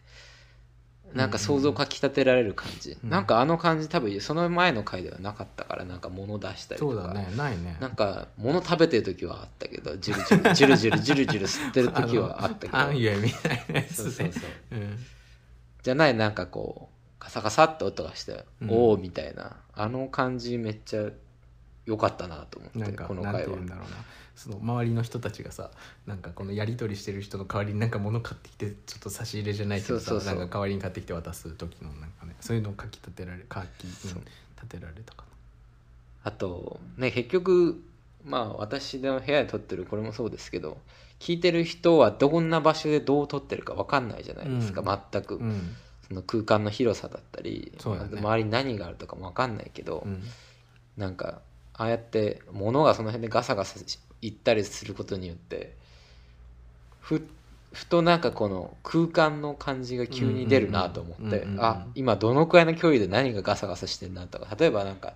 A: なんか想像かきたてられる感じ、
B: うん
A: なんかあの感じ多分その前の回ではなかったからなんか物出したりと
B: そ
A: か
B: うだねないね
A: なんか物食べてる時はあったけどジュルジュルジュルジュルジュルジュル吸ってる時はあったけど
B: あんゆえみたいなやつ
A: そ
B: ね
A: うそうそう
B: うん
A: じゃないなんかこうカサカサって音がして、
B: うん
A: おおみたいなあの感じめっちゃ良かったなと思
B: な
A: っ
B: ん
A: て
B: か
A: この
B: なんて
A: 回
B: 言
A: は
B: うんだろうなその周りの人たちがさなんかこのやり取りしてる人の代わりになんか物買ってきてちょっと差し入れじゃないけどさ
A: そうそうそう
B: なんか代わりに買ってきて渡す時のなんかねそういうのをかき立てられかき、うん
A: そう
B: 立てられたか
A: あとね結局まあ私の部屋で撮ってるこれもそうですけど聞いてる人はどんな場所でどう撮ってるか分かんないじゃないですか、
B: う
A: 全く、
B: なうん
A: その空間の広さだったり、
B: そうだね
A: あと周りに何があるとかも分かんないけど、
B: うん
A: なんかああやって物がその辺でガサガサし行ったりすることによってふふとなんかこの空間の感じが急に出るなと思って、
B: うんうんうん
A: あ今どのくらいの距離で何がガサガサしてるなとか例えばなんか、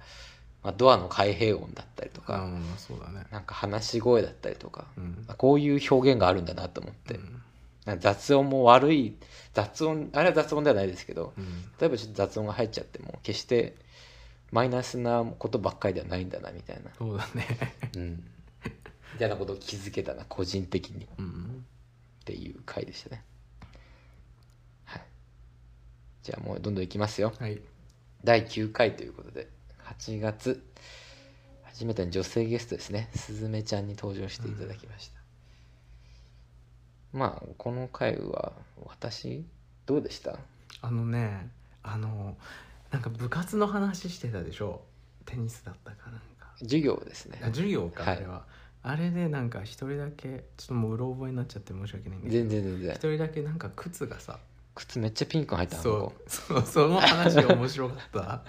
A: まあ、ドアの開閉音だったりと
B: あ
A: か、
B: まあそうだね
A: なんか話し声だったりとか、
B: うん
A: あこういう表現があるんだなと思って、
B: うん
A: なんか雑音も悪い雑音あれは雑音ではないですけど、
B: うん
A: 例えばちょっと雑音が入っちゃっても決してマイナスなことばっかりではないんだなみたいな、
B: そうだね
A: うん、みたいなことを気づけたな個人的にっ
B: うん
A: ていう回でしたねはいじゃあもうどんどんいきますよ
B: はい
A: 第9回ということで8月初めての女性ゲストですねすずめちゃんに登場していただきました、まあこの回は私どうでした
B: あのねあのなんか部活の話してたでしょテニスだったかなんか
A: 授業ですね
B: あ授業か、
A: はい
B: あれはあれでなんか一人だけちょっともううろ覚えになっちゃって申し訳ないんだけ
A: 全
B: ど
A: 然全然
B: 一人だけなんか靴がさ
A: 靴めっちゃピンク入ったあの
B: そ
A: 子
B: うそうその話が面白かった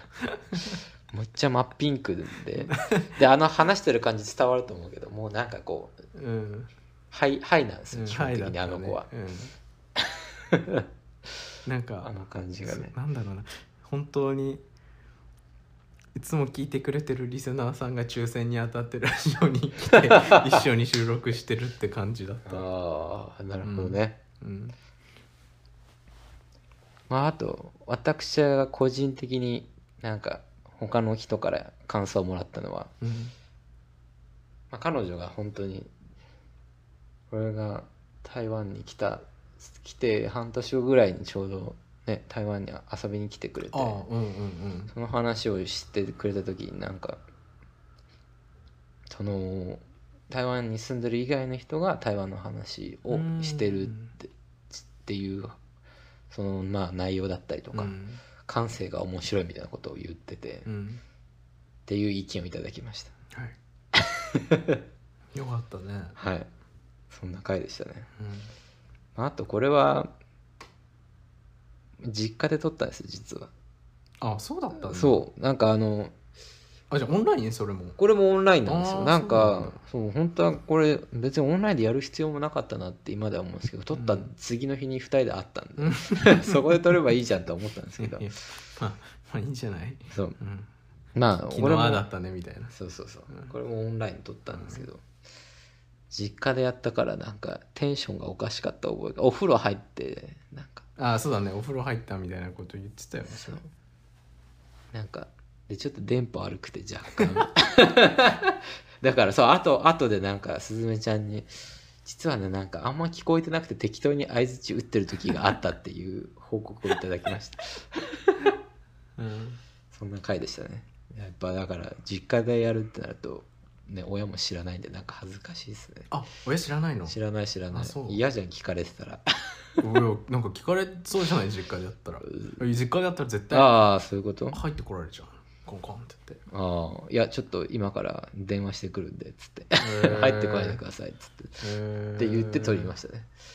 A: めっちゃ真っピンクでであの話してる感じ伝わると思うけどもうなんかこう
B: うん
A: ハイハイなんです
B: う
A: よ
B: ん
A: 基本的
B: はい
A: に
B: だ
A: あ
B: った
A: の
B: ね
A: 子は、
B: うんなんか
A: あの感じがね
B: なんだろうな本当にいつも聞いてくれてるリスナーさんが抽選に当たってラジオに来 て一緒に収録してるって感じだった、
A: ああなるほどね、
B: うん、
A: まああと私が個人的になんか他の人から感想をもらったのは、
B: うん
A: まあ、彼女が本当に俺が台湾に来た来て半年後ぐらいにちょうどね台湾に遊びに来てくれて
B: ああうんうんうん
A: その話をしてくれた時になんかその台湾に住んでる以外の人が台湾の話をしてるってっていうそのまあ内容だったりとか、
B: うん
A: 感性が面白いみたいなことを言ってて、
B: う
A: っ
B: ん
A: ていう意見をいただきました
B: はい よかったね、
A: はいそんな回でしたね
B: う
A: まああとこれは実家で撮ったんです実は
B: ん、あそうだったんだ
A: そうなんかあの
B: あじゃあオンラインそれも
A: これもオンラインなんです
B: あ
A: よ
B: ー
A: なん
B: そうな
A: か
B: んだ
A: そう本当はこれ別にオンラインでやる必要もなかったなって今では思うんですけど撮った次の日に2人で会ったんで、 そこで撮ればいいじゃんと思ったんですけど
B: いや まあまあいいんじゃない、
A: そう
B: うん、
A: まあ
B: 昨
A: こ
B: 日
A: れ
B: ああだっ
A: も
B: たねみたいな
A: そうそうそう
B: うん
A: これもオンラインで撮ったんですけど、実家でやったからなんかテンションがおかしかった覚えがお風呂入ってなんか
B: あそうだねお風呂入ったみたいなこと言ってたよね
A: そうなんかでちょっと電波悪くて若干 だからそうあとあとでなんかすずめちゃんに実はねなんかあんま聞こえてなくて適当に相づち打ってる時があったっていう報告をいただきました
B: うん
A: そんな回でしたねやっぱだから実家でやるってなるとね親も知らないんでなんか恥ずかしいですね
B: あ親知らないの
A: 知らない知らな
B: あ
A: い
B: そう
A: 嫌じゃん聞かれてた ら
B: 親なんか聞かれそうじゃない実家でやったら実家でやったら絶対
A: ああそういうこと
B: 入ってこられちゃうコンコンって言って
A: ああいやちょっと今から電話してくるんでっつって
B: へ ー
A: 入ってこないでくださいっつってって言って取りま
B: し
A: したね。
B: た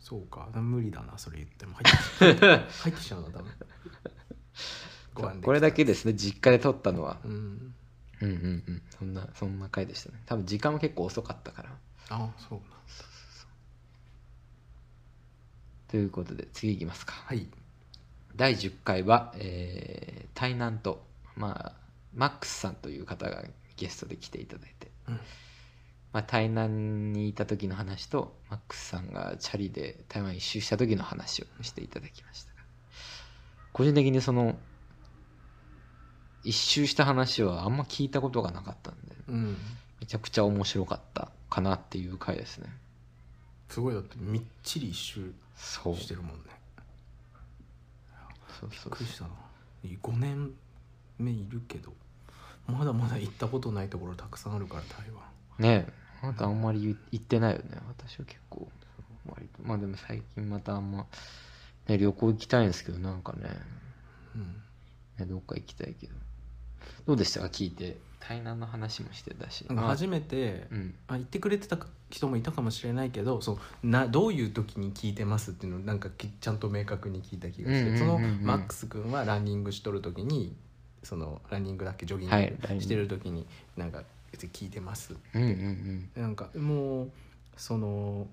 B: そうか無理だなそれ言っても入っ て入ってきちゃうのダメご飯できた
A: これだけですね、実家で撮ったのは。
B: うん
A: うんうんうん。そんな、そんな回でしたね。多分時間も結構遅かったから。
B: あそうだ
A: ということで次いきますか
B: はい
A: 第10回は、えー、台南と、まあ、マックスさんという方がゲストで来ていただいて、
B: うん
A: まあ、台南にいた時の話とマックスさんがチャリで台湾一周した時の話をしていただきましたが個人的にその一周した話はあんま聞いたことがなかったんで
B: うん
A: めちゃくちゃ面白かったかなっていう回ですね
B: すごいだってみっちり一周
A: そう
B: してるもんね
A: そう
B: び
A: そ
B: っ
A: う
B: くりしたな5年目いるけどまだまだ行ったことないところたくさんあるから台湾
A: ねえあなたあんまり言言ってないよね私は結構割とまあでも最近またあんま、ね、旅行行きたいんですけどなんかね
B: うん
A: ねどっか行きたいけどどうでしたか聞いて台南の話もしてたし
B: なんか初めて、
A: うん
B: あ言ってくれてた人もいたかもしれないけどそうなどういう時に聞いてますっていうのをなんかきちゃんと明確に聞いた気がして、
A: うんうんうんうん
B: そのマックス君はランニングしとる時にそのランニングだっけジョギング、
A: はいランニング
B: してる時になんか聞いてます
A: うんうんうん
B: なんかもうその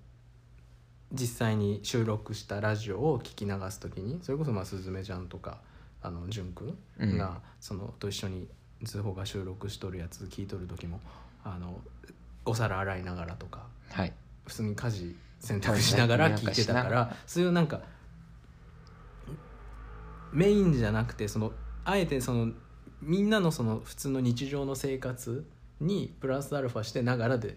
B: 実際に収録したラジオを聞き流す時にそれこそまあすずめちゃんとかあのじゅんくん
A: うん
B: がそのと一緒に図法が収録しとるやつ聞いとる時もあのお皿洗いながらとか
A: はい
B: 普通に家事洗濯しながら聞いてた
A: なんかしな
B: か
A: が
B: らそういうなんかメインじゃなくてそのあえてそのみんなのその普通の日常の生活にプラスアルファしてながらで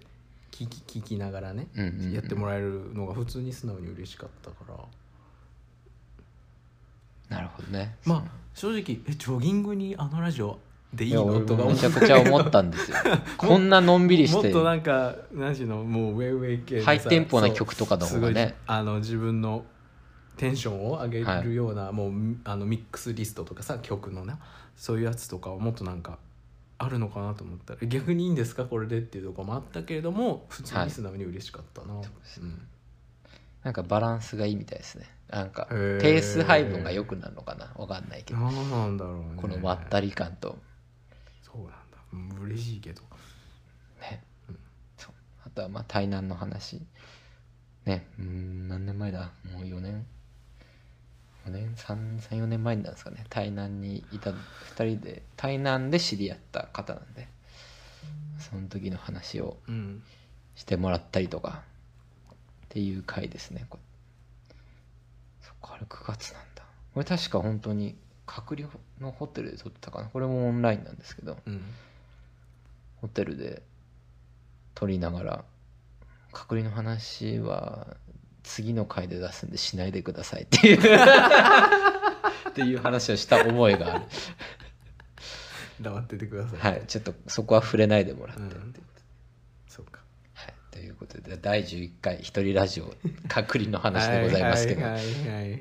B: 聞き聞きながらね、
A: うんうんうん
B: やってもらえるのが普通に素直に嬉しかったから
A: なるほどね
B: まあ正直えジョギングにあのラジオでいい
A: いや
B: の
A: 俺
B: とか
A: も
B: 思
A: め
B: っ
A: ち
B: た
A: ゃ
B: け
A: くちゃ思ったん ですよこんなのんびりし
B: もってとなんか何しのもうウェイウェイ系のさ
A: ハイテンポな
B: そう
A: 曲とかの
B: す
A: 方
B: ご
A: が
B: い
A: ね
B: あの自分のテンションを上げ
A: は
B: る
A: い
B: ような、もうあのミックスリストとかさ曲のなそういうやつとかをもっとなんかあるのかなと思ったら逆にいいんですかこれでっていうとこもあったけれども普通に素直に嬉しかったな、うん
A: なんかバランスがいいみたいですねなんか
B: へー
A: ペース配分が良くなるのかなわかんないけど
B: 何なんだろうね
A: このまったり感と
B: そうなんだうん嬉しいけど
A: ね
B: うん
A: そうあとはまあ台南の話ねうーん何年前だもう4年4年34年前になるんですかね台南にいた2人で台南で知り合った方なんでその時の話を
B: うん
A: してもらったりとかっていう回ですねこそっかあれ9月なんだこれ確か本当に隔離のホテルで撮ってたかなこれもオンラインなんですけど
B: うん
A: ホテルで撮りながら隔離の話は次の回で出すんでしないでくださいっていうっていう話をした覚えがある
B: 黙っててください、
A: はいちょっとそこは触れないでもらってっていう
B: うんそうか
A: はい、ということで第11回一人ラジオ隔離の話でございますけど
B: はいはいはいはい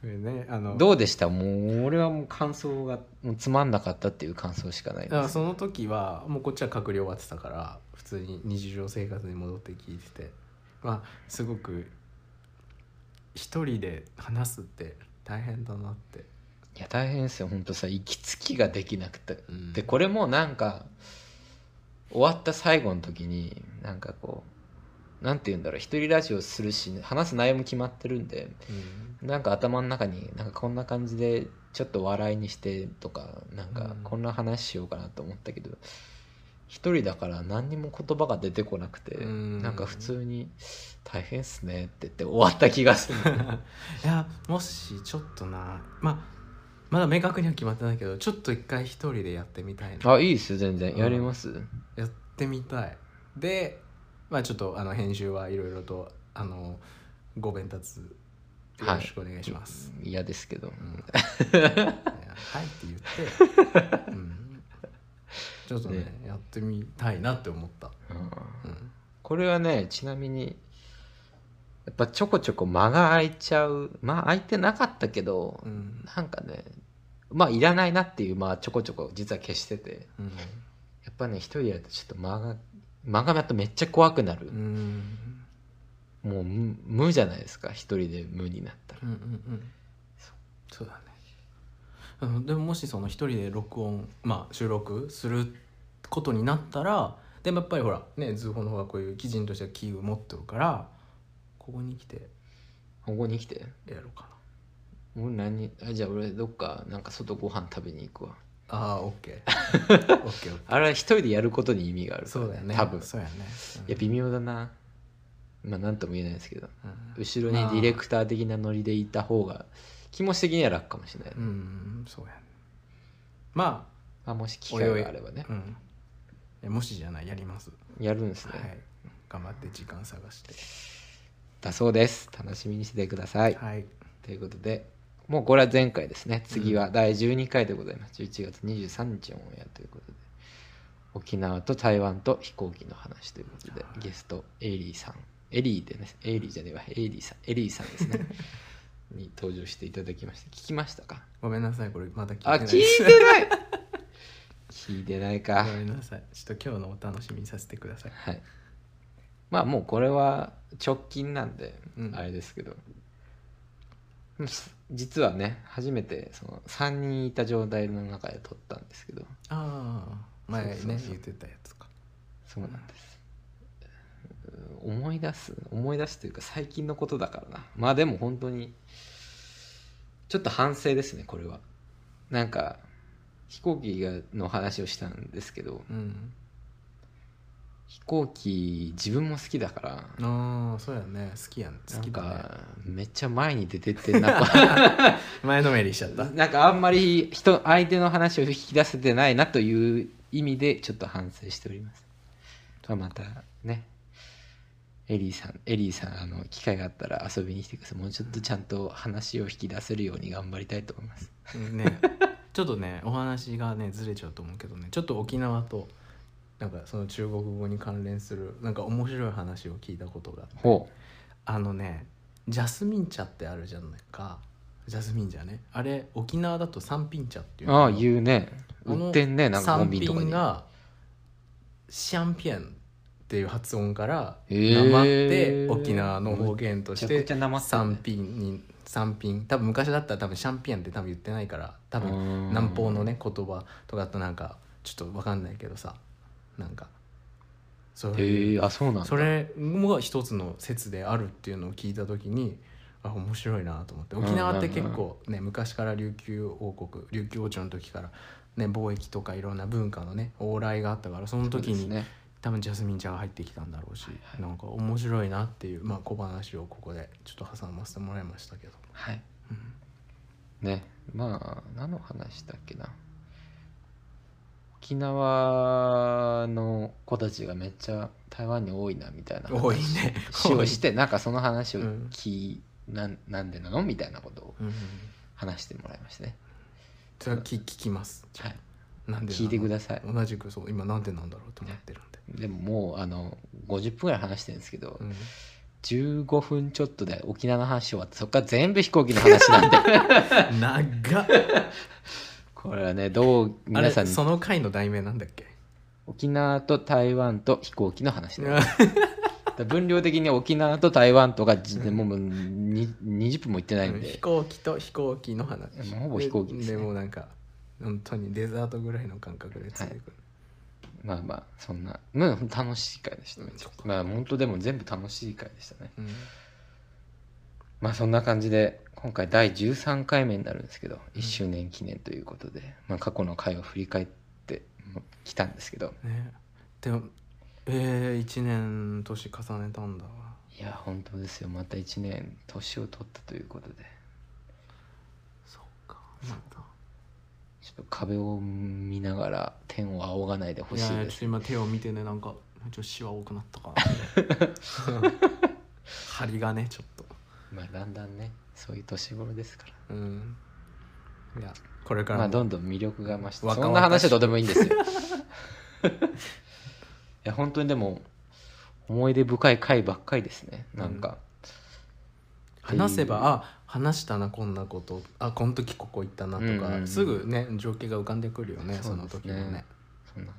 B: これねあの
A: どうでしたもう俺はもう感想がもうつまんなかったっていう感想しかない
B: だか
A: で
B: ら
A: す
B: その時はもうこっちは隔離終わってたから普通に日常生活に戻って聞いててまあすごく一人で話すって大変だなって、
A: いや大変ですよ本当さ息つきができなくて
B: うん
A: でこれもなんか終わった最後の時になんかこうなんて言うんだろう一人ラジオするし話す内容も決まってるんで
B: うん
A: なんか頭の中になんかこんな感じでちょっと笑いにしてとかなんか
B: うん
A: こんな話しようかなと思ったけど、一人だから何にも言葉が出てこなくて、
B: うん
A: なんか普通に「大変っすね」って言って終わった気がする
B: いやもしちょっとなまあまだ明確には決まってないけどちょっと一回一人でやってみたい な
A: あいいっすよ全然
B: うん
A: やります、
B: やってみたいでまあちょっとあの編集はいろいろとあのご鞭達よろしくお願いします、
A: 嫌ですけど
B: うんいやはいって言 って、うんちょっとね
A: ね
B: やってみたいなって思った、
A: うん
B: うん
A: これはねちなみにやっぱちょこちょこ間が空いちゃうまあ空いてなかったけど、
B: うん
A: なんかねまあいらないなっていうまあちょこちょこ実は消してて
B: うん
A: やっぱね一人やるとちょっと間が間がまためっちゃ怖くなる
B: うんう、ん
A: もう無無じゃないですか一人で無になったら
B: うんうん
A: そ
B: そうだねうんでももしその一人で録音まあ収録することになったらでもやっぱりほらね図法の方がこういう基人としては器具持ってるからここに来て
A: ここに来て
B: やろうかな
A: 俺何あじゃあ俺どっかなんか外ご飯食べに行くわ
B: ああオッケ ーオッケーオッケ
A: あれは一人でやることに意味がある
B: ー
A: か
B: そ
A: ら
B: うだよね
A: 多分
B: そうやね、
A: いや微妙だなまあ何とも言えないですけど
B: うん
A: 後ろにディレクター的なノリでいた方が気持ち的には楽かもしれない、
B: うんうんそうやねま
A: まあ、もし機会があればね
B: あ、うんいや、もしじゃないやります
A: やるんです
B: は
A: ね、
B: い頑張って時間探して
A: だそうです楽しみにしててください、
B: はい
A: ということでもうこれは前回ですね次は第12回でございます、11月23日オンエアということで沖縄と台湾と飛行機の話ということで、
B: はい
A: ゲストエイリーさんエリーでねエイリーじゃねえわエイリーさんエリーさんです ねに登場していただきました聞きましたか
B: ごめんなさいこれまだ聞いて
A: あ
B: ない
A: 聞い
B: です
A: てない 聞いてないか
B: ごめんなさいちょっと今日のお楽しみにさせてください
A: はいまあもうこれは直近なんで、
B: うん
A: あれですけどうんす実はね初めてその3人いた状態の中で撮ったんですけど
B: ああ前ね
A: そうそうそう
B: 言ってたやつか
A: そうなんですうん思い出す思い出すというか最近のことだからなまあでも本当にちょっと反省ですねこれはなんか飛行機がの話をしたんですけど
B: うん
A: 飛行機自分も好きだから
B: ああそうやね好きやん好
A: な
B: き
A: ん
B: だね
A: かめっちゃ前に出てってんなこ
B: 前のめりしちゃった
A: う なんかあんまり人相手の話を引き出せてないなという意味でちょっと反省しておりますまあまたねエリーさんエリーさんあの機会があったら遊びに来てくださいもうちょっとちゃんと話を引き出せるように頑張りたいと思います
B: ねちょっとねお話がねずれちゃうと思うけどねちょっと沖縄となんかその中国語に関連するなんか面白い話を聞いたことがあって
A: ほ
B: あのねジャスミン茶ってあるじゃないかジャスミン茶ねあれ沖縄だと三品茶っていう
A: う
B: の
A: ああ言うね売ってんねなんかコン
B: 三
A: ビニとか
B: 品
A: に
B: がシャンピエンっていう発音から
A: へー
B: なまって沖縄の方言とし
A: めちゃ
B: て
A: くちゃなまってるね
B: 三品に三品多分昔だったら多分シャンピエンって多分言ってないから多分
A: うん
B: 南方のね言葉とかだとなんかちょっと分かんないけどさなんかそ
A: へ
B: れ
A: えあそうなんだ
B: それも一つの説であるっていうのを聞いた時にあ面白いなと思って
A: うん
B: 沖縄って結構ね昔から琉球王国琉球王朝の時から、ね、貿易とかいろんな文化のね往来があったからその時
A: そうです
B: に、
A: ね
B: 多分ジャスミン茶が入ってきたんだろうし、
A: はい
B: なんか面白いなっていう、まあ、小話をここでちょっと挟ませてもらいましたけど。
A: はい。ね、まあ、何の話だっけな。沖縄の子たちがめっちゃ台湾に多いなみたいな話
B: 多いね
A: をして、なんかその話を
B: うん
A: 聞い、なん、なんでなのみたいなことを
B: うんうん
A: 話してもらいましたね。
B: それは聞聞きます
A: はい。
B: なんでなの
A: 聞いてください。
B: 同じくそう今なんでなんだろうと思ってるんで、
A: でももう、あの、50分ぐらい話してるんですけど、
B: うん、
A: 15分ちょっとで沖縄の話終わって、そっから全部飛行機の話なん で、
B: 長っ
A: これはね、どう、
B: あれ
A: 皆さんに
B: その回の題名なんだっけ
A: 沖縄と台湾と飛行機の話ですだから分量的に沖縄と台湾とかじもうに20分も行ってないん
B: 飛
A: で
B: 行機と飛行機の話
A: もうほぼ飛行機ですね
B: でもなんか本当にデザートぐらいの感覚でついてくる、
A: まあまあそんな、うん、楽しい回でしたね
B: そっか
A: まあ本当でも全部楽しい回でしたね
B: うん
A: まあそんな感じで今回第13回目になるんですけど1周年記念ということで、まあ、過去の回を振り返ってきたんですけど
B: ね、でもえー、1年年重ねたんだわ
A: いや本当ですよまた1年年を取ったということで
B: そうかま
A: ち
B: た
A: ょっと壁を見ながら天を仰がないでほ
B: い
A: しい
B: やいや
A: で
B: ちょ
A: す
B: っと今手を見てねなんかちょっとシワ多く なったかな張りがねちょっと
A: まあだんだんねそういう年頃ですから
B: うんいやこれか
A: まあ
B: らも
A: どんどん魅力が増して
B: 若々しい
A: そんな話はどうでもいいんですよ いや本当にでも思い出深い回ばっかりですねなんか、
B: 話せば、あ話したなこんなことあこの時ここ行ったなと
A: う
B: か、
A: んうんうん
B: すぐね情景が浮かんでくるよねそ
A: そう
B: の
A: ですね
B: 時のね
A: そんな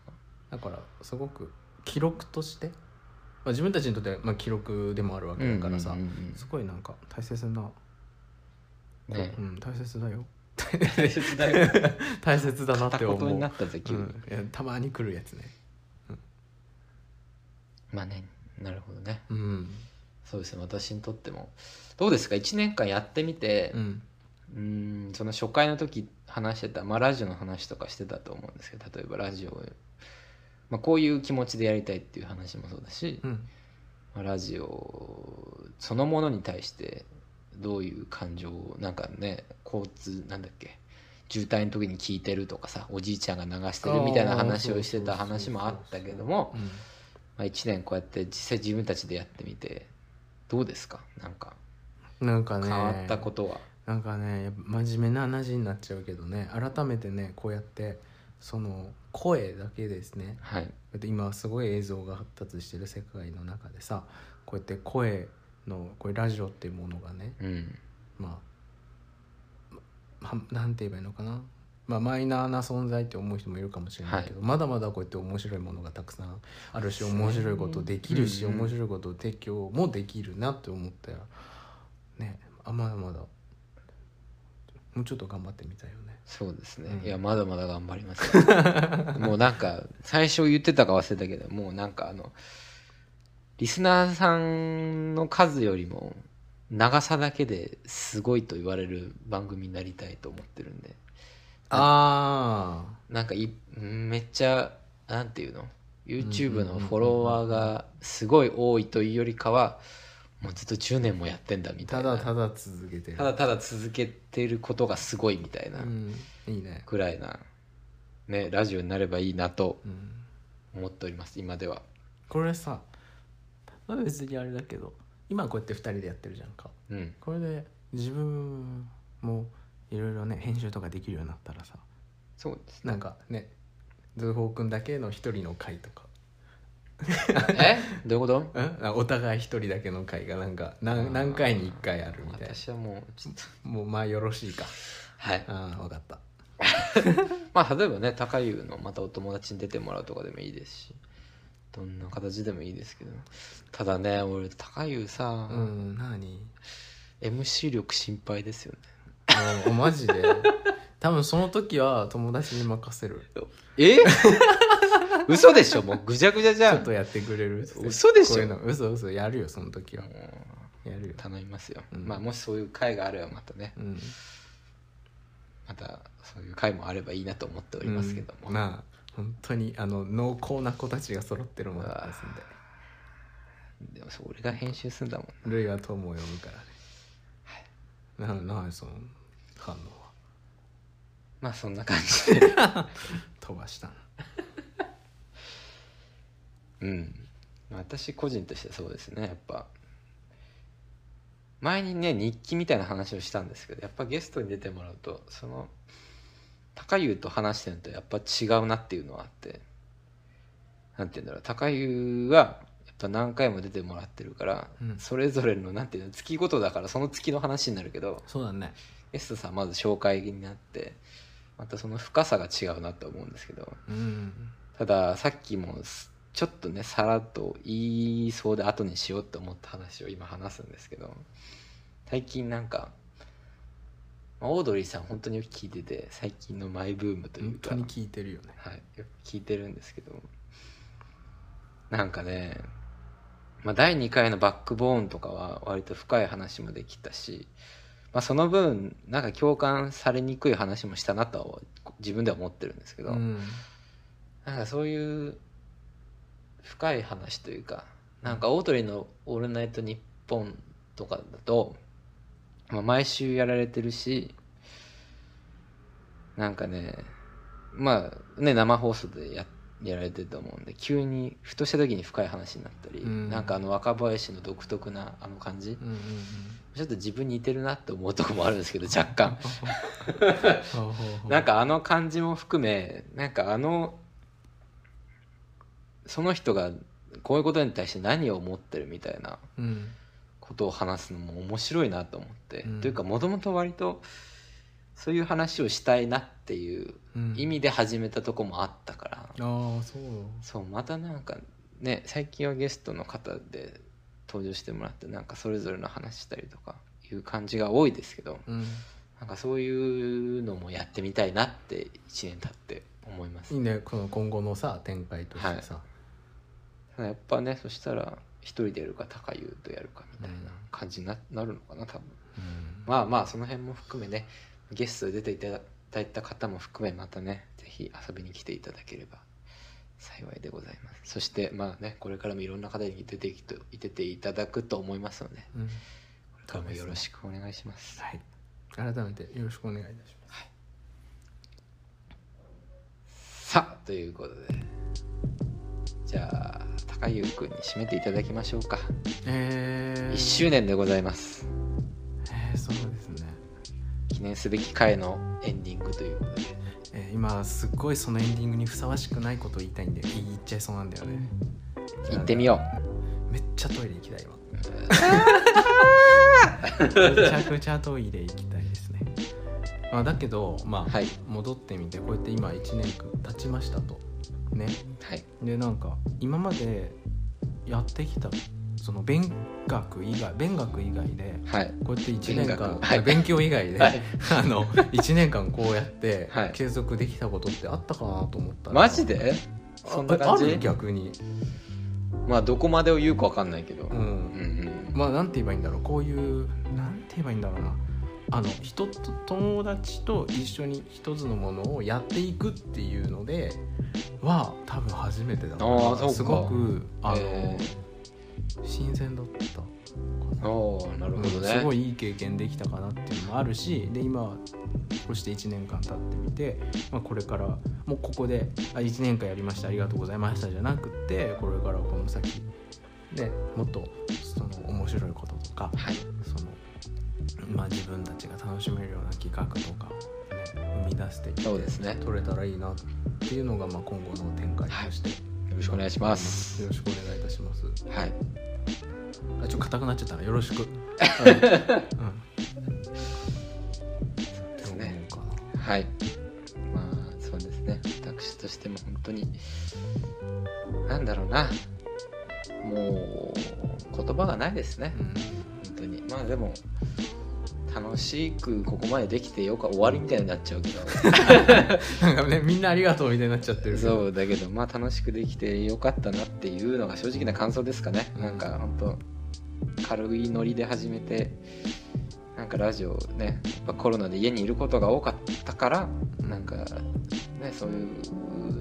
B: だからすごく記録として、まあ、自分たちにとっては、まあ、記録でもあるわけだからさ、
A: うんうんうん
B: すごいなんか大切な、
A: うんね
B: うん、大切だよ
A: 大切だよ
B: 大切だなって
A: 片
B: 思
A: 言
B: う
A: になったぜ急
B: う
A: に、
B: ん、いやたまに来るやつね
A: まあねなるほどね
B: うん
A: そうですね私にとってもどうですか1年間やってみて
B: うん
A: うーんその初回の時話してた、まあ、ラジオの話とかしてたと思うんですけど例えばラジオを、まあ、こういう気持ちでやりたいっていう話もそうだし、
B: うん
A: まあラジオそのものに対してどういう感情をなんかね交通なんだっけ渋滞の時に聞いてるとかさおじいちゃんが流してるみたいな話をしてた
B: あーそうそう
A: 話
B: そうそう
A: もあったけども、
B: うん
A: まあ、1年こうやって実際自分たちでやってみてどうですかなんか
B: なんかね
A: 変わったことは、
B: なんかねやっぱ真面目な話になっちゃうけどね改めてねこうやってその声だけですね
A: はい
B: だって今すごい映像が発達してる世界の中でさこうやって声のこれラジオっていうものがね
A: うん
B: まあまなんて言えばいいのかな、まあ、マイナーな存在って思う人もいるかもしれないけど、まだまだこうやって面白いものがたくさんあるし
A: そうですね
B: 面白いことできるし、
A: うんうん
B: 面白いことを提供もできるなって思ったらねあまだまだもうちょっと頑張ってみたいよね。
A: そうですね、
B: うん
A: いやまだまだ頑張ります よもうなんか最初言ってたか忘れたけどもうなんかあのリスナーさんの数よりも長さだけですごいと言われる番組になりたいと思ってるんで
B: ああ
A: なんかいめっちゃなんていうの YouTube のフォロワーがすごい多いというよりかはもうずっと10年もやってんだみた
B: た
A: いな
B: だただ続けてる
A: ただただ続けてることがすごいみたいな
B: うん、いいね、
A: ぐらいな、ね、ラジオになればいいなと
B: うん、
A: 思っております今では
B: これさまあ別にあれだけど今こうやって2人でやってるじゃんか
A: うん
B: これで自分もいろいろね編集とかできるようになったらさ
A: そうです
B: な
A: ね
B: んかねズホーくんだけの一人の回とか
A: えどういうこと
B: んあお互い一人だけの回がなんか
A: あー
B: 何何回に1回あるみたいな
A: 私はもうちょっと
B: もうまあよろしいか
A: はい
B: ああ分かった
A: まあ例えばね高湯のまたお友達に出てもらうとかでもいいですしどんな形でもいいですけどただね俺高湯さ、
B: うん何
A: MC 力心配ですよね
B: もうマジ で多分その時は友達に任せる
A: え 嘘でしょもうぐじゃぐじゃじ
B: ち
A: ゃ
B: ょっ
A: ん
B: とやってくれる
A: 嘘でしょ
B: こういうの嘘嘘やるよその時は
A: も
B: やるよ
A: う頼みますよ、
B: うん
A: まあもしそういう会があればまたね
B: うん
A: またそういう会もあればいいなと思っておりますけども、
B: うんまあ本当にあの濃厚な子たちが揃ってるものですんで
A: でもそう俺が編集するんだもん
B: ルイは友を呼ぶからね、はい、な何その反応は
A: まあそんな感じで
B: 飛ばしたの
A: うん私個人としてはそうですねやっぱ前にね日記みたいな話をしたんですけどやっぱゲストに出てもらうとその高湯と話してるのとやっぱ違うなっていうのはあってなんて言うんだろう高湯はやっぱ何回も出てもらってるから、
B: うん
A: それぞれのなんていうの月ごとだからその月の話になるけど
B: そうだね
A: ゲストさんまず紹介になってまたその深さが違うなと思うんですけど
B: うん
A: たださっきもすちょっとねさらっと言いそうで後にしようって思った話を今話すんですけど最近なんかまあオードリーさん本当によく聞いてて最近のマイブームとい
B: 本
A: うか
B: 当に聞いてるよね
A: はい、よく聞いてるんですけどなんかね、まあ、第2回の「バックボーン」とかは割と深い話もできたし、まあ、その分なんか共感されにくい話もしたなとは自分では思ってるんですけど、
B: うん
A: なんかそういう深い話というかなんかオードリーの「オールナイトニッポン」とかだと、まあ、毎週やられてるしなんかねまあね生放送でややられてると思うんで急にふとした時に深い話になったり、
B: うん
A: なんかあの若林の独特なあの感じ、
B: うんうん
A: ちょっと自分に似てるなって思うとこもあるんですけど若干
B: うん
A: なんかあの感じも含めなんかあのその人がこういうことに対して何を思ってるみたいな
B: うん
A: ことを話すのも面白いなと思って、
B: うん
A: というかもともと割とそういう話をしたいなっていう
B: うん
A: 意味で始めたとこもあったから、
B: ああそう
A: そうまたなんかね最近はゲストの方で登場してもらってなんかそれぞれの話したりとかいう感じが多いですけど、
B: うん
A: なんかそういうのもやってみたいなって1年経って思います
B: いいねこの今後のさ展開としてさ
A: ただやっぱねそしたら一人でやるか高湯とやるかみたいな感じにな,、なるのかな多分
B: うん
A: まあまあその辺も含めねゲストで出ていただいた方も含めまたねぜひ遊びに来ていただければ幸いでございますそしてまあねこれからもいろんな方に出てきて出ていただくと思いますので
B: うん
A: これからもよろしくお願いします
B: はい改めてよろしくお願いいたします
A: さあということでじゃあ高優くんに締めていただきましょうか
B: え
A: 1周年でございます
B: えーそうですね、
A: 記念すべき回のエンディングということで
B: えー今すっごいそのエンディングにふさわしくないことを言いたいんで言っちゃいそうなんだよね
A: 行ってみよ
B: めっちゃトイレ行きたいわ
A: う
B: めちゃくちゃトイレ行きたいですね、まあ、だけどまあ、
A: はい
B: 戻ってみてこうやって今1年経ちましたとね
A: はい
B: でなんか今までやってきたその勉学以外勉学以外で
A: はい
B: こうやって1年
A: 勉
B: 間
A: 学、はい
B: 勉強以外で、
A: はい
B: あの1年間こうやって
A: はい
B: 継続できたことってあったかなと思ったら
A: マジでそんな感
B: ああ
A: じ
B: る逆に、
A: まあどこまでを言うかわかんないけど、
B: う
A: うん
B: ん、
A: うん
B: まあなんて言えばいいんだろうこういうなんて言えばいいんだろうなあの人と友達と一緒に一つのものをやっていくっていうのでは多分初めてだった
A: あーそうか
B: すごくあの、
A: え
B: 新鮮だった
A: ー、おーなるほど
B: うん
A: ね、
B: すごいいい経験できたかなっていうのもあるしで今こうして1年間経ってみて、まあ、これからもうここで「あ1年間やりましたありがとうございました」じゃなくてこれからこの先でもっとその面白いこととか
A: はい
B: その、まあ、自分たちが楽しめるような企画とかをね、生み出していって
A: そうですね
B: 取れたらいいなっていうのが、まあ、今後の展開として、
A: よろしくお願いします
B: よろしくお願いいたします。
A: はい
B: あちょっと硬くなっちゃったらよ ろしく。うんうん
A: ですねはいまあそうですね私としても本当になんだろうなもう言葉がないですね本当にまあでも楽しくここまでできてよか終わりみたいになっちゃうけど
B: なんかねみんなありがとうみたいになっちゃってるけど
A: そうだけどまあ楽しくできてよかったなっていうのが正直な感想ですかね、
B: うん
A: なんか本当軽いノリで始めてなんかラジオねやっぱコロナで家にいることが多かったからなんかねそうい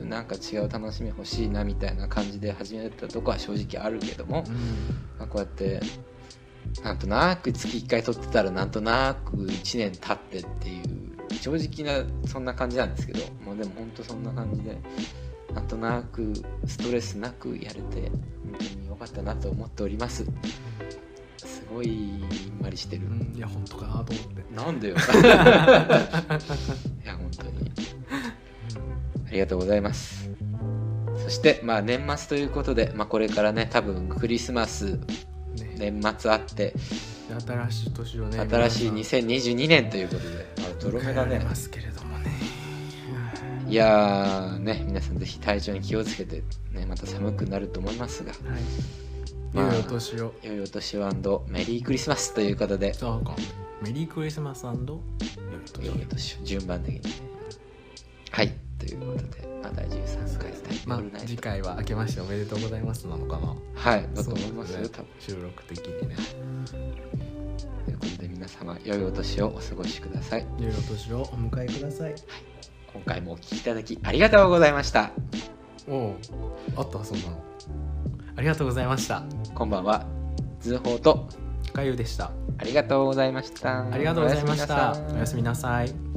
A: うなんか違う楽しみ欲しいなみたいな感じで始めたとこは正直あるけども、
B: うん
A: まあ、こうやってなんとなく月1回撮ってたらなんとなく1年経ってっていう正直なそんな感じなんですけどもうでもほんとそんな感じでなんとなくストレスなくやれて本当に良かったなと思っておりますすごいにんまりしてる、
B: うんいや本当かなと思って
A: なんでよいや本当にありがとうございます。そして、まあ、年末ということで、まあ、これからね、多分クリスマス、
B: ね
A: 年末あって、
B: 新しい年をね
A: 新しい
B: 皆さ
A: 2022年ということで、あド
B: ん
A: ロメだ
B: 迎えら
A: ね
B: れ。ますけれどもね
A: いやー、ね、皆さんぜひ体調に気をつけて、ね、また寒くなると思いますが、
B: はい
A: まあ
B: 良いお年を
A: 良いお年をメリークリスマスということで、
B: そうかメリークリスマス良いお
A: 良
B: 年
A: い
B: を
A: お年を順番的にね。はい、ということで、また13回スタイル
B: ま
A: オールナイ
B: あ
A: ト
B: 次回は明けましておめでとうございますなのかな
A: はい、だと思います
B: そう
A: よ、
B: で
A: 多分。
B: 収録的にね
A: ということで、皆様、良いお年をお過ごしください。
B: 良いお年をお迎えください
A: 今回もお聞きいただきありがとうございました
B: おおあったそんなのありがとうございました
A: こんばんはズーホーと
B: かゆでした
A: ありがとうございました
B: ありがとうございました
A: おやすみなさい
B: おやすみなさい